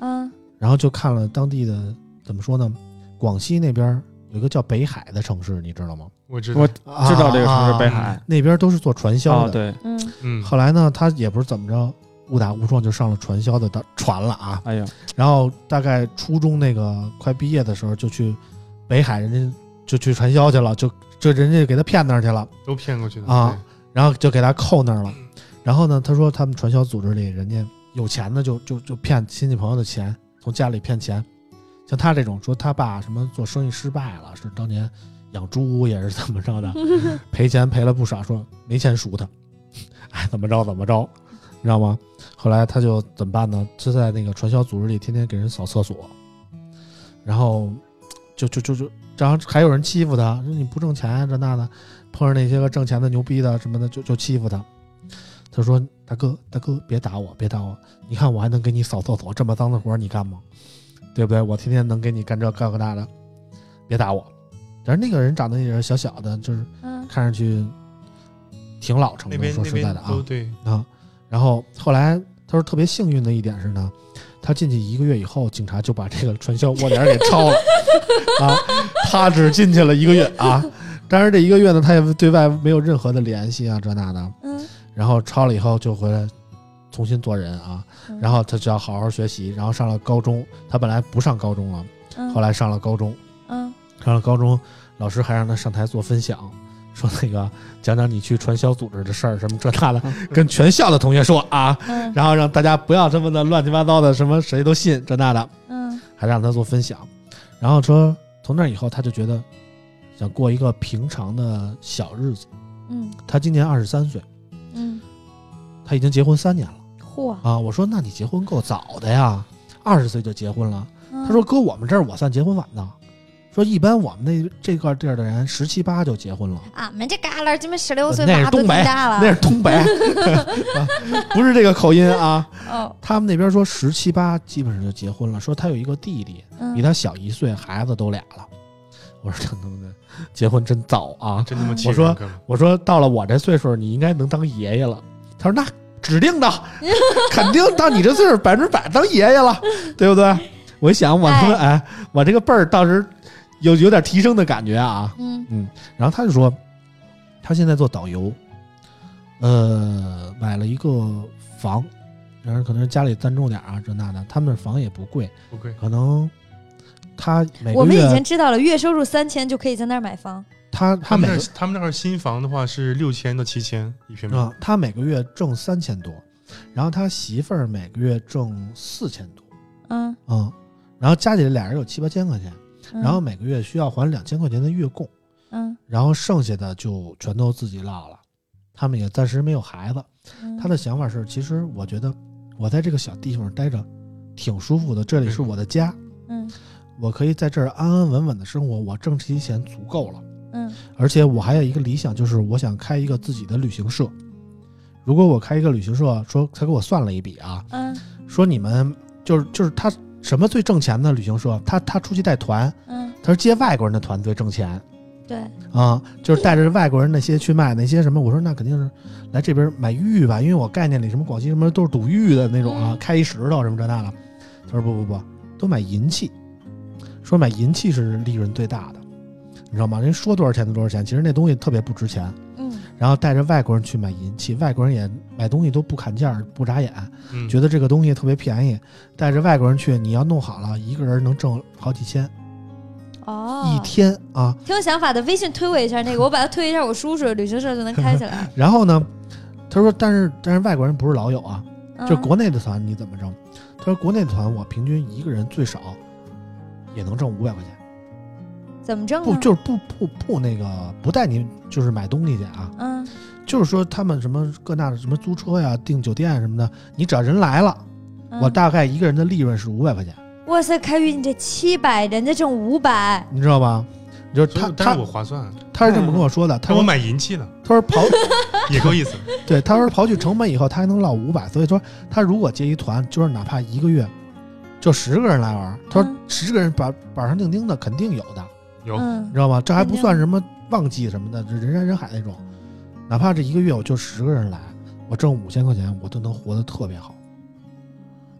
C: 嗯
B: 啊，
C: 然后就看了当地的怎么说呢，广西那边儿有一个叫北海的城市，你知道吗？
D: 我知
E: 我
D: 道，
C: 知
E: 知道这个城市北海
C: 那边都是做传销
E: 啊，
C: 的，
E: 对，
B: 嗯，
D: 嗯，
C: 后来呢，他也不是怎么着，误打误撞就上了传销的当船了啊。
E: 哎呀，
C: 然后大概初中那个快毕业的时候，就去北海，人家就去传销去了，就就人家给他骗那儿去了，
D: 都骗过去的
C: 啊，然后就给他扣那儿了。然后呢，他说他们传销组织里，人家有钱的就就就骗亲戚朋友的钱，从家里骗钱。像他这种说他爸什么做生意失败了，是当年养猪也是怎么着的，赔钱赔了不少，说没钱赎他，哎，怎么着怎么着，你知道吗？后来他就怎么办呢？就在那个传销组织里天天给人扫厕所，然后就就就就，然后还有人欺负他，说你不挣钱啊这那的，碰上那些个挣钱的牛逼的什么的，就就欺负他。他说：“大哥，大哥，别打我，别打我！你看我还能给你扫厕所，这么脏的活儿你干吗？对不对？我天天能给你干这干个那的，别打我。”但是那个人长得也是小小的，就是
B: 嗯，
C: 看上去挺老成
D: 那
C: 的。
D: 边
C: 说
D: 那
C: 实
D: 边
C: 在的啊，
D: 都对，
C: 啊。然后后来他说特别幸运的一点是呢，他进去一个月以后，警察就把这个传销窝点儿给抄了
B: (laughs)
C: 啊。他只进去了一个月啊，但是这一个月呢，他也对外没有任何的联系啊，这那的。
B: 嗯，
C: 然后抄了以后就回来重新做人啊。
B: 嗯
C: 然后他只要好好学习，然后上了高中，他本来不上高中了，
B: 嗯
C: 后来上了高中，
B: 嗯，
C: 上了高中，老师还让他上台做分享，说那个讲讲你去传销组织的事儿，什么这那
B: (laughs)
C: 的，跟全校的同学说啊，
A: (laughs)
B: 嗯
C: 然后让大家不要这么的乱七八糟的，什么谁都信这那的，
B: 嗯
C: 还让他做分享。然后说从那以后，他就觉得想过一个平常的小日子。
B: 嗯
C: 他今年二十三岁，
B: 嗯，
C: 他已经结婚三年了
B: 嚯，
C: 啊。我说那你结婚够早的呀，二十岁就结婚了。
B: 他
C: 他说：“搁我们这儿，我算结婚晚的。说一般我们那这块地儿的人，十七八就结婚了，
G: 俺们这旮旯，这么十六岁
C: 呃那是
G: 娃都
C: 东
G: 挺
C: 北
G: 大
C: 那
G: 了。
C: 是东北，啊 (laughs) 不是这个口音啊。
G: 哦，
C: 他们那边说十七八基本上就结婚了。说他有一个弟弟，比
B: 嗯，
C: 他小一岁，孩子都俩了。我说这他妈的结婚真早啊！
D: 真他妈气
C: 我说
D: 人，哥们儿
C: 我说到了我这岁数，你应该能当爷爷了。他说那指定的，肯定到你这岁数百分之百当爷爷了，对不对？我一想我他妈哎，我这个辈儿到时候有有点提升的感觉啊。
B: 嗯
C: 然后他就说，他现在做导游，呃，买了一个房，然后可能是家里赞助点儿啊这那的，他们那房也不贵，
D: 不贵，
C: 可能他每
B: 我
C: 个
B: 们已
C: 月
B: 经知道了，月收入三千就可以在那儿买房。
C: 他他
D: 他
C: 每
D: 们那
C: 个
D: 儿他们那儿新房的话是六千到七千一平米
C: 啊，，他每个月挣三千多，然后他媳妇儿每个月挣四千多，
B: 嗯，
C: 嗯，然后加起来俩人有七八千块钱，
B: 嗯
C: 然后每个月需要还两千块钱的月供，
B: 嗯，
C: 然后剩下的就全都自己落了。他们也暂时没有孩子，
B: 嗯
C: 他的想法是，其实我觉得我在这个小地方待着挺舒服的，这里是我的家，
B: 嗯
C: 我可以在这儿安安稳稳的生活，我挣这些钱足够了。
B: 嗯
C: 而且我还有一个理想，就是我想开一个自己的旅行社。如果我开一个旅行社，说他给我算了一笔啊，
A: 嗯
C: 说你们就是就是他什么最挣钱呢？旅行社，他他出去带团，
A: 嗯，
C: 他说接外国人的团最挣钱
A: 对，
C: 啊、就是带着外国人那些去卖那些什么。我说那肯定是来这边买玉吧，因为我概念里什么广西什么都是赌玉的那种啊，
A: 嗯
C: 开一石头什么这那的。他说不不不，都买银器，说买银器是利润最大的，你知道吗？人说多少钱就多少钱，其实那东西特别不值钱。
A: 嗯
C: 然后带着外国人去买银器，外国人也买东西都不砍价儿不眨眼，
D: 嗯，
C: 觉得这个东西特别便宜，带着外国人去，你要弄好了，一个人能挣好几千、
A: 哦，
C: 一天啊。
A: 挺有想法的。微信推我一下那
C: (laughs)
A: 个，我把它推一下我叔叔，旅行社就能开起来。
C: 然后呢，他说，但是但是外国人不是老有啊，
A: 嗯
C: (laughs) 就国内的团你怎么挣？他说国内的团我平均一个人最少也能挣五百块钱，
B: 嗯
A: 怎么
B: 啊
A: 挣
C: 不
A: 呢？
C: 就是不不不那个不带你就是买东西去啊，
A: 嗯
C: 就是说他们什么各那的什么租车呀、订酒店什么的，你只要人来了，
A: 嗯
C: 我大概一个人的利润是五百块钱。
A: 哇塞，开宇你这七百，人家挣五百，
C: 你知道吧？就是
D: 所以
C: 他
D: 但是我
C: 他
D: 划算，
C: 他是这么跟我说的，他
D: 但我
C: 说
D: 买银器了，
C: 他说刨
D: 也够意思。
C: 对他说刨去成本以后，他还能落五百，所以说他如果接一团，就是哪怕一个月就十个人来玩，他说
A: 嗯
C: 十个人板板上钉钉的肯定有的，
D: 有，
C: 你
A: 嗯，
C: 知道吗？这还不
A: 肯定
C: 算什么旺季什么的，这人山人海那种，哪怕这一个月我就十个人来，我挣五千块钱，我都能活得特别好。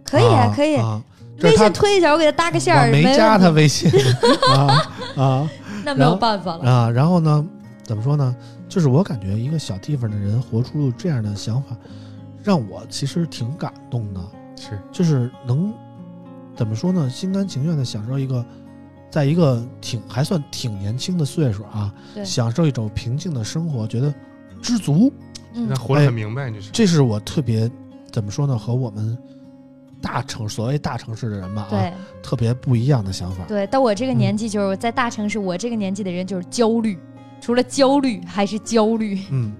A: 可以啊
C: 啊，
A: 可以。
C: 啊，这
A: 微
C: 是他
A: 信推一下，我给他搭个线
C: 我
A: 儿，
C: 没
A: 问
C: 加他
A: 题
C: 微
A: (laughs)
C: 信啊啊。
A: 那没有办法了。
C: 啊，然后呢，怎么说呢？就是我感觉一个小地方的人活出这样的想法，让我其实挺感动的。
D: 是
C: 就是能怎么说呢？心甘情愿的享受一个，在一个挺还算挺年轻的岁数啊，
A: 对
C: 享受一种平静的生活，觉得知足。
A: 嗯
D: 那活
C: 哎
D: 得很明白，就是
C: 这是我特别怎么说呢？和我们大城所谓大城市的人吧啊，嗯
A: 对
C: 特别不一样的想法。
B: 对，到我这个
C: 年
B: 年纪，就是在大城市，我这个年纪的人就是焦虑，除了焦虑还是焦虑。
C: 嗯，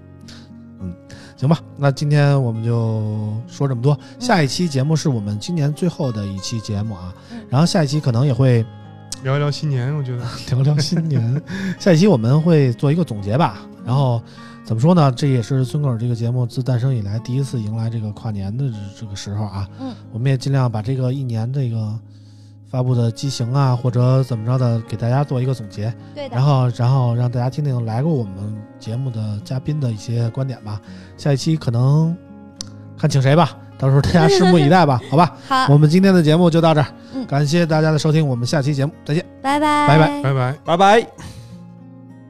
C: 嗯，行吧，那今天我们就说这么
A: 嗯
C: 多。下一期节目是我们今年最后的一期节目啊，
A: 嗯
C: 然后下一期可能也会
D: 聊一聊新年，我觉得
C: 聊聊新
A: (laughs)
C: 年，下一期我们会做一个总结吧。然后怎么说呢？这也是村口这个节目自诞生以来第一次迎来这个跨年的这个时候啊。
A: 嗯，
C: 我们也尽量把这个一年这个发布的机型啊，或者怎么着的，给大家做一个总结。
A: 对的
C: 然，后，然后让大家听听来过我们节目的嘉宾的一些观点吧。下一期可能看请谁吧，到时候大家拭目以待
A: (laughs)
C: 吧，好吧？
A: 好，
C: 我们今天的节目就到这儿，
A: 啊嗯
C: 感谢大家的收听，我们下期节目再见。
A: 拜拜，
C: 拜拜
A: 拜
D: 拜拜。
E: 拜拜。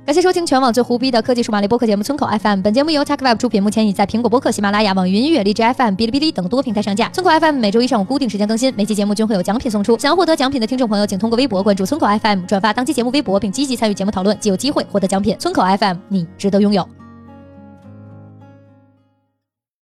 B: 感谢收听全网最胡逼的科技数码类播客节目《村口 FM》。本节目由 TechWeb 出品，目前已在苹果播客、喜马拉雅、网易云音乐、荔枝 FM、哔哩哔哩等多平台上架。村口 FM 每周一上午固定时间更新，每期节目均会有奖品送出。想要获得奖品的听众朋友，请通过微博关注村口 FM，转发当期节目微博，并积极参与节目讨论，即有机会获得奖品。村口 FM，你值得拥有。